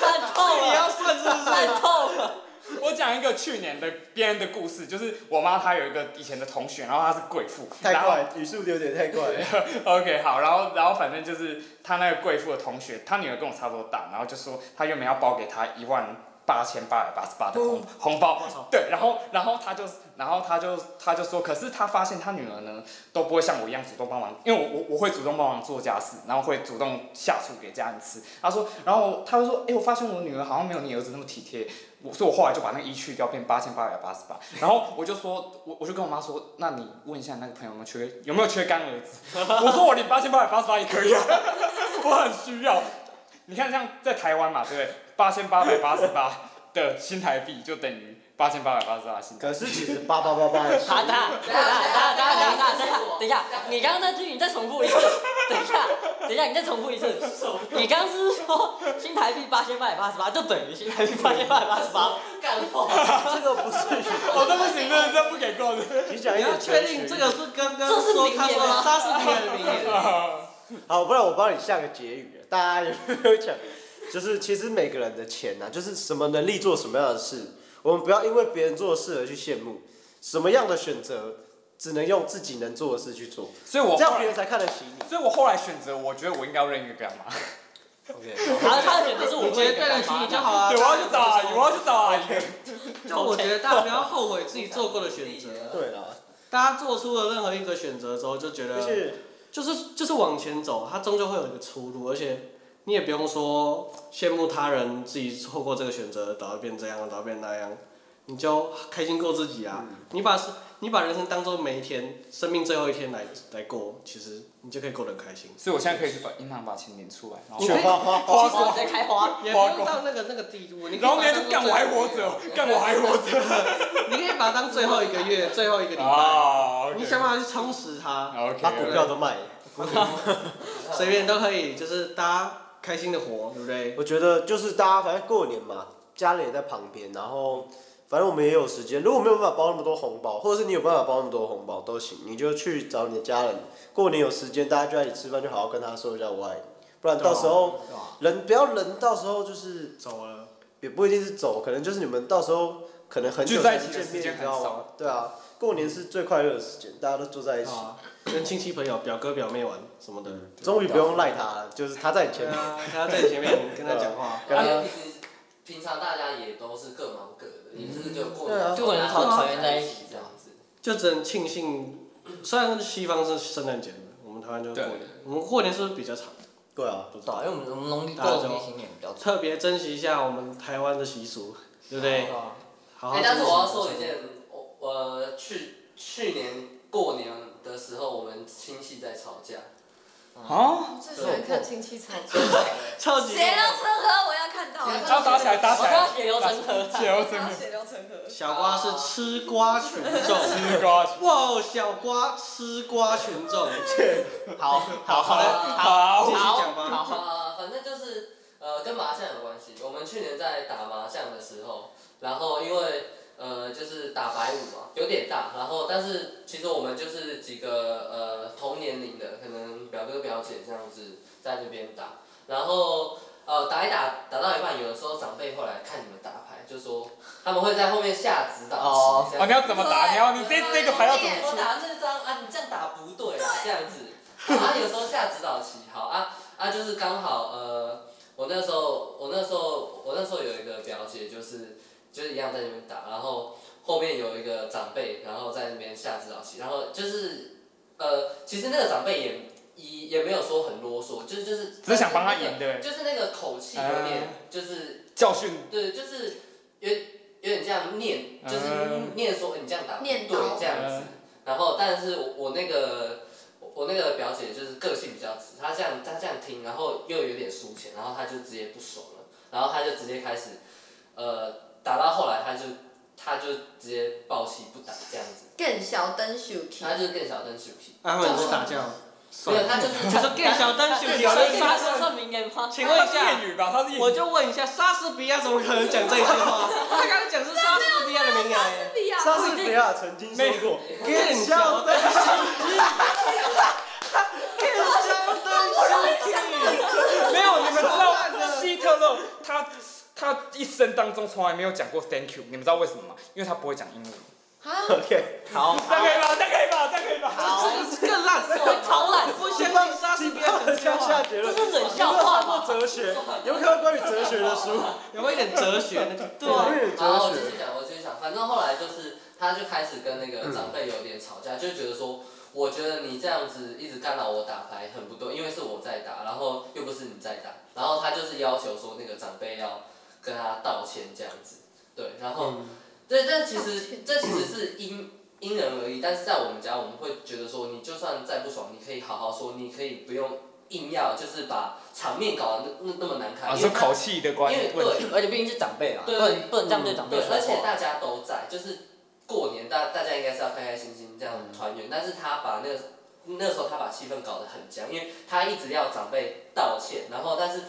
S6: 看透
S2: 你要
S6: 了，
S2: 算是不是？
S6: 看透了。
S3: 我讲一个去年的别人的故事，就是我妈她有一个以前的同学，然后她是贵妇，
S1: 太
S3: 然后
S1: 快，语速有点太快。
S3: OK，好，然后然后反正就是她那个贵妇的同学，她女儿跟我差不多大，然后就说她原本要包给她一万八千八百八十八的红、红包，对，然后然后她就然后她就她就说，可是她发现她女儿呢都不会像我一样主动帮忙，因为我我我会主动帮忙做家事，然后会主动下厨给家人吃。她说，然后她就说，哎、我发现我女儿好像没有你儿子那么体贴，我所以我后来就把那个一去掉，变八千八百八十八。然后我就说，我我就跟我妈说，那你问一下那个朋友有没有缺有没有缺干儿子？ 我说我领八千八百八十八也可以啊， 我很需要。你看，像在台湾嘛，对不对？八千八百八十八的新台币就等于八千八百八十八新 台
S1: 可是其实八八八八也是
S6: 好，等一下，等一下，等一下，等一下，等一下，等一下，你刚刚那句你再重复一次，等一下，等一下，你再重复一次。你刚刚是说新台币八千八百八十八就等于新台币八千八百八十八，
S5: 干话。
S1: 这个不是，
S3: 哦，这不行，这这不给过的。
S1: 你讲一
S2: 你要
S1: 点
S2: 确
S1: 程
S2: 定
S1: 序
S2: 这个是刚刚
S6: 这是
S2: 说
S6: 名
S2: 他
S6: 言
S2: 说
S6: 吗
S2: 他是名言的名 言。
S1: 好，不然我帮你下个结语，啊大家有没有讲？就是其实每个人的钱呐、就是什么能力做什么样的事，我们不要因为别人做的事而去羡慕。什么样的选择，只能用自己能做的事去做，
S3: 所以我
S1: 这样
S3: 后
S1: 别
S3: 来
S1: 人才看得起你。
S3: 所以我后来选择，我觉得我应该要认一个干妈。
S1: OK，
S6: 然后他的选择是我
S2: 我觉
S6: 会
S2: 得对得起你就好啊。
S3: 对，我要去找阿姨，我要去找阿姨。
S2: 就我觉得大家不要后悔自己做过的选择。
S1: 对了，
S2: 大家做出了任何一个选择之后，就觉
S1: 就
S2: 得
S1: 是
S2: 就是就是往前走，它终究会有一个出路，而且你也不用说羡慕他人自己错过这个选择，导致变这样，导致变那样，你就开心过自己啊！你把是你把人生当做每一天生命最后一天来来过，其实你就可以过得很开心。
S3: 所以我现在可以去把银行把钱领出来，然后
S1: 去花花花
S3: 花
S6: 花直接开花。
S2: 也不用到那个那个地步，你可以
S3: 然后
S2: 把
S3: 明
S2: 它
S3: 天
S2: 当
S3: 就
S2: 做
S3: 干我还活 着，干我还活着。
S2: 你可以把它当最后一个 月、最后一个礼拜，
S3: 啊
S2: 你想办法去充实它。
S1: 把
S3: OK，
S1: 股票都卖了。
S2: 随便都可以，就是大家开心的活，对不对？
S1: 我觉得就是大家反正过年嘛，家人也在旁边，然后反正我们也有时间。如果没有办法包那么多红包，或者是你有办法包那么多红包都行，你就去找你的家人。过年有时间，大家就在一起吃饭，就好好跟他说一下我爱你。不然到时候人不要人，到时候就是
S2: 走了，
S1: 也不一定是走，可能就是你们到时候可能很久
S3: 聚在
S1: 才
S3: 一起的
S1: 见
S3: 时
S1: 面，
S3: 间
S1: 你知
S3: 很
S1: 道吗
S3: 少？
S1: 对啊，过年是最快乐的时间，大家都坐在一起，
S2: 啊，跟亲戚朋友、表哥表妹玩什么的。
S1: 终于不用赖他了，就是他在你
S2: 对
S1: 前面。
S2: 啊，他在你前面跟他讲话。啊
S5: 而且平时呃平常大家也都是各忙各的，也就是就过
S1: 对啊
S5: 年
S6: 就可能
S5: 大家
S6: 团圆在一起
S5: 这样子。
S2: 就只能庆幸，虽然西方是圣诞节的，我们台湾就是过年
S3: 对，
S2: 我们过年是不是比较长？
S1: 对啊，
S2: 不知
S6: 因
S2: 道，
S6: 为我们我们农历过农历新年比较
S2: 特别珍惜一下我们台湾的习俗，对不对？好好珍
S5: 哎，
S2: 惜。
S5: 但是我要说一件，我我去去年过年的时候，我们亲戚在吵架，
S3: 啊，
S4: 我最喜欢看亲戚吵架，
S2: 超级
S4: 血流成河，我要看到。
S3: 要打起来，打起
S6: 我
S3: 来
S6: 刚，血流成河。
S3: 血流
S4: 我
S3: 成
S4: 要
S3: 河，
S4: 血流成河。
S2: 小瓜是吃瓜群 众。
S3: 西瓜。
S2: 哇，小瓜吃瓜群 众，
S6: 好，好，好，
S3: 好哦
S2: 继续
S6: 好
S2: 讲吧。
S6: 好，
S5: 啊、反正就是呃跟麻将有关系。我们去年在打麻将的时候，然后因为呃就是打白五嘛，有点大，然后但是其实我们就是几个呃同年龄的，可能表哥表姐这样子在那边打，然后。呃，打一打，打到一半，有的时候长辈会来看你们打牌，就说他们会在后面下指导
S6: 哦
S5: 棋，这
S3: 啊，
S5: 样
S3: 你要怎么打？你要你这这个牌要怎么
S5: 我
S3: 出？
S5: 打这张啊，你这样打不对啊，这样子。啊，有时候下指导棋，好啊啊，就是刚好呃，我那时候我那时候我那时候有一个表姐，就是就是一样在那边打，然后后面有一个长辈，然后在那边下指导棋，然后就是呃，其实那个长辈也也也没有说很啰嗦，就是就是
S3: 只是想帮他
S5: 那个
S3: 赢对
S5: 就是那个口气有点就是。
S3: 教训
S5: 对，就是有有点这样念，就是
S3: 嗯
S5: 念说你这样打不
S4: 念
S5: 对
S4: 叨
S5: 这样子
S3: 嗯。
S5: 然后，但是我我那个我我那个表姐就是个性比较直，她这样她这样听，然后又有点肤浅，然后她就直接不爽了，然后她就直接开始，呃，打到后来她就她就直接暴气不打这样子，
S4: 更小灯手气，
S5: 她就更小灯小气，
S2: 阿慧，你在打架吗？
S5: 没有，她就是
S2: 他说更小灯
S6: 这
S2: 熊
S6: 是
S2: 小灯
S6: 这是算名言吗？
S2: 请问一
S3: 他是
S2: 下，
S3: 谚语吧，他是
S2: 我
S3: 谚语。
S2: 就问一下，莎士比亚怎么可能讲这句话？他刚刚讲是莎士比亚的名言。
S4: 必要
S1: 莎士比亚曾经说过，
S2: 更小灯熊，更小灯
S3: 没有，你们知道希特勒他他一生当中从来没有讲过 thank you，你们知道为什么吗？因为他不会讲英文。
S4: 啊！
S1: OK，
S6: 好，
S3: 这样可以吧？这样可以吧？这样可以吧？
S2: 熊，这个是更烂，
S6: 我超懒，
S2: 不相信莎士比亚讲这句
S1: 这样下
S2: 话，
S1: 结
S6: 这
S1: 论。
S6: 是冷
S1: 有
S6: 笑
S1: 没有
S6: 话
S1: 看
S6: 吗
S1: 过？哲学？有没有看过关于哲学的书？
S2: 有没有一点哲学呢？对
S1: 有
S2: 啊
S1: 没。有点
S5: 好，
S1: 哲
S5: 我继
S1: 学？
S5: 续讲，我继续讲。反正后来就是，他就开始跟那个长辈有点吵
S3: 嗯
S5: 架，就觉得说，我觉得你这样子一直干扰我打牌很不对，因为是我在打，然后又不是你在打，然后他就是要求说那个长辈要跟他道歉这样子，对，然后，
S3: 嗯
S5: 对，但其
S4: 道
S5: 实
S4: 歉
S5: 这其实是因因人而异，但是在我们家我们会觉得说，你就算再不爽，你可以好好说，你可以不用。硬要就是把场面搞得那那么难看，
S3: 啊，
S5: 因为
S3: 是
S5: 他
S3: 口气的关
S5: 因为
S3: 问题。
S5: 对
S6: 而且毕竟是长辈啊，不
S5: 对嗯
S6: 能不能这样对长辈
S5: 对，
S6: 说
S5: 而且
S6: 话。
S5: 大家都在，就是过年大大家应该是要开开心心这样团
S6: 嗯
S5: 圆，但是他把那个那时候他把气氛搞得很僵，因为他一直要长辈道歉，然后但是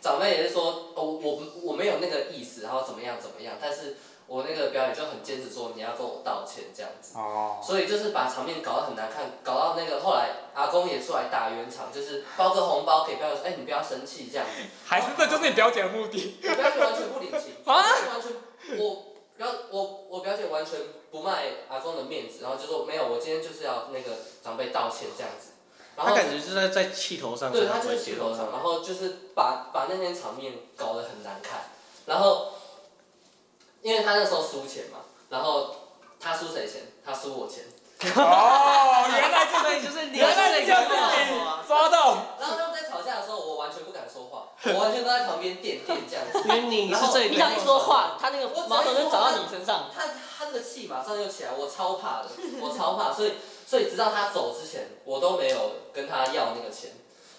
S5: 长辈也是说哦我我没有那个意思，然后怎么样怎么样，但是我那个表演就很坚持说你要跟我道歉这样子。
S3: 哦，
S5: 所以就是把场面搞得很难看，搞到那个后来阿公也出来打圆场，就是包个红包给表演说，哎、你不要生气这样子。
S3: 还是这就是你表姐的目 的。
S5: 我表姐完全不领情，我表姐完全我表我我表姐完全不卖阿公的面子，然后就说没有，我今天就是要那个长辈道歉这样子。然
S2: 他
S5: 后
S2: 感觉是在在气头上，
S5: 对他就是洗头场，然后就是把把那天场面搞得很难看，然后因为他那时候输钱嘛，然后他输谁钱？他输我钱。
S3: 哦，原来就是
S6: 对，就是你
S3: 原来就是
S6: 说啊
S3: 你抓到，
S5: 然后他们在吵架的时候，我完全不敢说话，我完全都在旁边垫垫这样 子。
S2: 因为你是这
S6: 你
S2: 里
S6: 想一说话，他那个矛头就找到你身上。
S5: 他他这个气马上就起来，我超怕的，我超怕，所以所以直到他走之前，我都没有跟他要那个钱，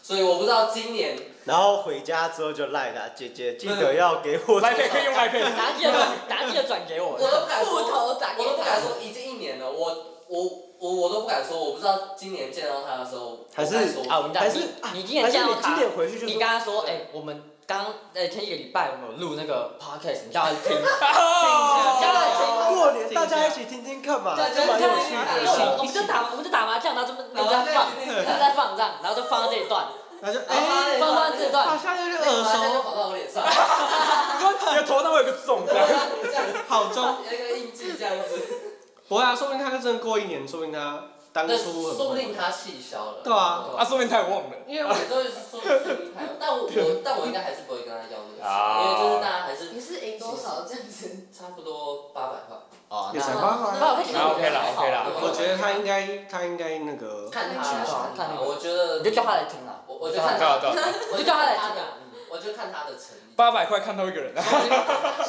S5: 所以我不知道今年
S1: 然后回家之后就赖他姐姐，记得要给我
S3: 来配可以用来配。
S6: 拿记得转，拿记得转给我
S5: 我。都不敢说，
S4: 木头打给
S5: 我
S4: 他
S5: 都不敢说，已经一年了，我我我我都不敢说，我不知道今年见到他的时候，
S1: 还是
S5: 我该说
S6: 啊，我们这
S1: 还
S6: 样，
S1: 是
S6: 你你今
S1: 还
S6: 年
S1: 是
S6: 见
S1: 你
S6: 到
S1: 今
S6: 他，
S1: 年回去就
S6: 你
S1: 说
S6: 跟他说，哎，我们刚呃前几个礼拜我们有录那个 podcast，你叫 他听。
S3: 哦
S1: 过年大家一起听听看嘛，
S5: 对
S1: 这蛮有趣
S5: 对
S1: 的。
S6: 我们就打我们就打麻将，然后这么然
S5: 然
S6: 后
S5: 后
S6: 再
S5: 在
S6: 放，然后再放这样，然后就放到这一段，
S2: 他就
S5: 然后
S2: 哎，
S5: 他
S6: 放到这一
S1: 好
S6: 段，
S1: 像有点
S5: 那个麻将就
S1: 耳熟，
S5: 跑到我脸上，
S3: 你说你的头上会有个肿
S5: 这
S3: 的。
S5: 样子
S2: 好中，
S5: 有一个印记这样子，
S2: 不会啊，说不定他真的过一年，说不定他当
S5: 但
S2: 初很
S5: 说不定他气消了。
S2: 对啊
S3: 啊，说明太忘了。
S2: 因为
S5: 我就是说说明台，但我我但我应该还是不会跟他要那个
S2: 啊
S5: 钱，因为就是大家还是
S4: 你是赢多少这样子？
S5: 差不多八百块。
S6: 哦，
S2: 也才
S6: 那
S2: 八百。
S6: 那我
S3: 啊，OK 啦，OK 啦。
S2: 我觉得他应该，他应该那个，
S5: 看他
S6: 他
S4: 看
S5: 啦，看他，我觉得
S6: 你就叫他来听啊，
S5: 我我就
S6: 就
S5: 看
S3: 对啊对啊，对啊
S5: 我
S6: 我
S5: 就
S6: 就
S5: 看
S6: 叫他来
S5: 他
S6: 听
S5: 的
S6: 啊，，
S5: 我就看他的诚意。
S3: 八百块看到一个人啊。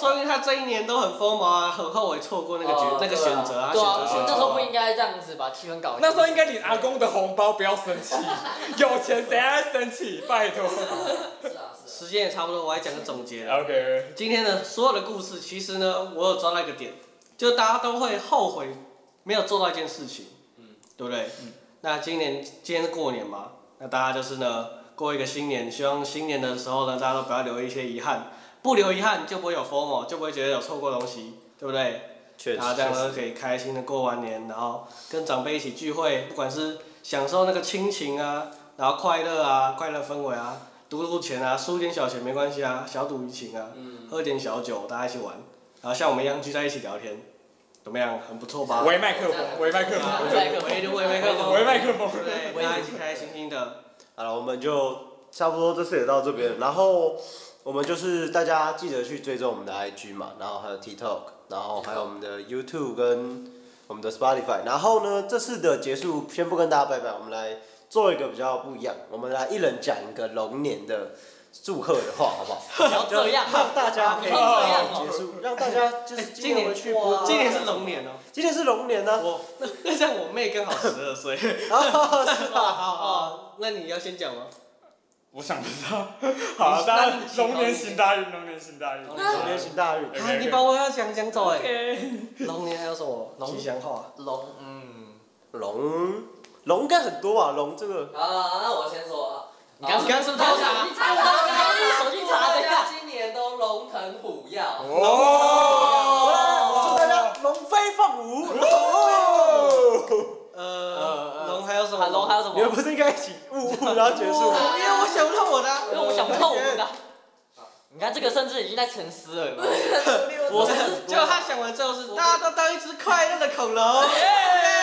S2: 说不定他这一年都很疯魔啊，很后悔错过那个决
S5: 哦
S2: 那个选择啊，
S6: 对
S2: 选
S6: 啊
S2: 择
S3: 选择，
S2: 选
S6: 那时
S2: 择。
S6: 候不应该这样子把气氛搞。
S3: 那时候应该领阿公的红包，不要生气。有钱谁还会生 气？拜托。
S5: 是啊是啊。
S2: 时间也差不多，我来讲个总结啊。
S3: OK。
S2: 今天的所有的故事，其实呢，我有抓到一个点，就大家都会后悔没有做到一件事情，
S5: 嗯
S2: 嗯，对不对？那今年今天是过年嘛，那大家就是呢过一个新年，希望新年的时候呢，大家都不要留一些遗憾，不留遗憾就不会有 formal，就不会觉得有错过东西，对不对？
S1: 确
S2: 然后这样呢可以开心的过完年，然后跟长辈一起聚会，不管是享受那个亲情啊，然后快乐啊，快乐氛围啊，赌赌钱啊，输点小钱没关系啊，小赌怡情啊，喝点小酒，大家一起玩，然后像我们一样聚在一起聊天，怎么样？很不错吧？
S3: 围麦克风，围麦克
S2: 啊
S3: 风，
S6: 麦克
S2: 围围麦克风，
S3: 围麦克风。
S2: 对，大家一起开开心心的。
S1: 好了，我们就差不多这次也到这边，然后我们就是大家记得去追踪我们的 IG 嘛，然后还有 TikTok，然后还有我们的 YouTube 跟我们的 Spotify，然后呢，这次的结束先不跟大家拜拜，我们来做一个比较不一样，我们来一人讲一个龙年的祝贺的话，好不好？
S6: 不要这样，
S1: 让大家可以
S6: 不要这样
S1: 结
S6: 哦。
S1: 束，让大家就是今
S2: 今
S1: 年
S2: 年
S1: 回去不，
S2: 今年是龙年哦，
S1: 今年是龙年啊呢、
S2: 我那那像我妹刚好十二岁，
S1: 啊，是
S2: 好
S1: 吧？
S2: 好好，那你要先讲吗？
S3: 我想不到。好，大家龙年行大运，龙年行大运。
S1: 龙年行大运。
S2: 啊，你把我要讲讲走哎。龙年还有什么
S6: 龙
S2: 吉祥话？
S6: 龙，嗯，
S1: 龙，龙应该很多吧？龙这个
S5: 啊，那我先说啊。
S6: 你刚
S2: 你刚是不是偷查？
S6: 你查我的，啊你刚用手机查
S5: 大
S6: 的
S5: 家
S6: 呀。
S5: 今年都龙腾虎
S2: 哦
S5: 跃。
S1: 哇祝
S3: 哦
S1: 大家龙飞凤舞。
S2: 呃，
S3: 嗯
S2: 龙还有什么？
S6: 啊龙还有什么
S1: 你？们不是应该一起呜
S6: 哦
S1: 呜，然后结束吗？
S2: 哇因为我想不到我的啊。
S6: 因为我想不到我们的。你看这个甚至已经在沉思了有没有，
S2: 我是，结果他想完之后是大家都当一只快乐的恐龙。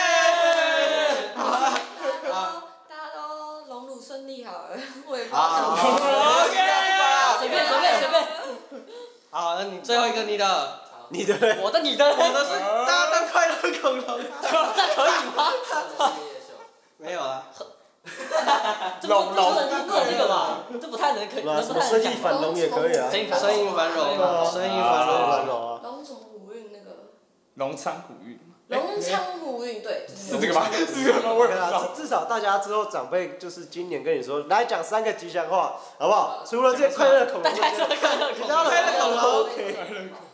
S2: 耶
S4: 大家都荣辱顺利好了，我也不知
S1: 好
S4: 道。
S2: OK
S6: 随便随便随便，
S2: 好，那你最后一个你的，
S1: 你的嘞
S6: 我的你的，
S2: 我的是大家当快乐的恐龙。
S6: 这可以吗？
S2: 没有啊，
S6: 这不这不能这不能这个吧？这不太能可，
S1: 哇
S6: 这
S1: 什
S6: 不
S1: 么
S6: 太
S1: 生
S6: 能
S1: 意
S6: 讲吧。
S1: 繁荣也可以啊。
S6: 生意繁
S2: 生意繁荣
S1: 对啊
S2: 啊，生意繁
S1: 生
S2: 荣
S1: 意
S3: 啊。
S1: 繁荣啊。
S4: 龙什么虎运那个？
S3: 龙昌虎运，
S4: 龙昌湖运队，
S3: 是这个吗？是这个吗？我也不
S1: 对
S3: 知道。
S1: 啊，至至少大家之后长辈就是今年跟你说，来讲三个吉祥话，好不好？除了这些快乐恐龙，
S6: 大家真的快乐恐
S1: 大家
S6: 龙。
S1: 快乐恐龙 OK。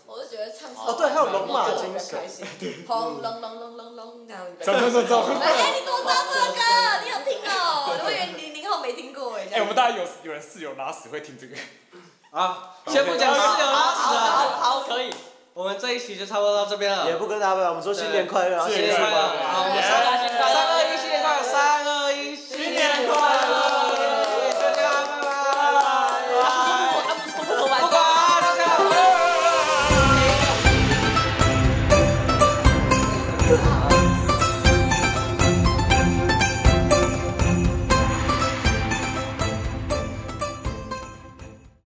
S4: 我就觉得唱
S1: 哦对还有龙马精神
S4: 开心，轰隆隆隆隆隆这样子。
S3: 走走走走。
S4: 哎，你怎么知道这首歌？你有听哦？我以为零零后没听过哎。
S3: 哎，我们大家有有人室友拉屎会听这个，
S2: 啊，先不讲室友拉
S6: 好
S2: 屎
S6: 好
S2: 了，
S6: 好，可以。
S2: 我们这一期就差不多到这边了。
S1: 也不
S2: 不
S1: 不跟大家拜，我们说新年快乐啊，
S3: 对
S1: 新
S2: 新
S1: 年
S2: 年
S1: 快
S2: 快
S1: 乐
S2: 乐，
S1: 啊！
S2: 好，我们
S6: 新
S2: 三
S6: 年快乐
S2: 三二一。
S6: 啊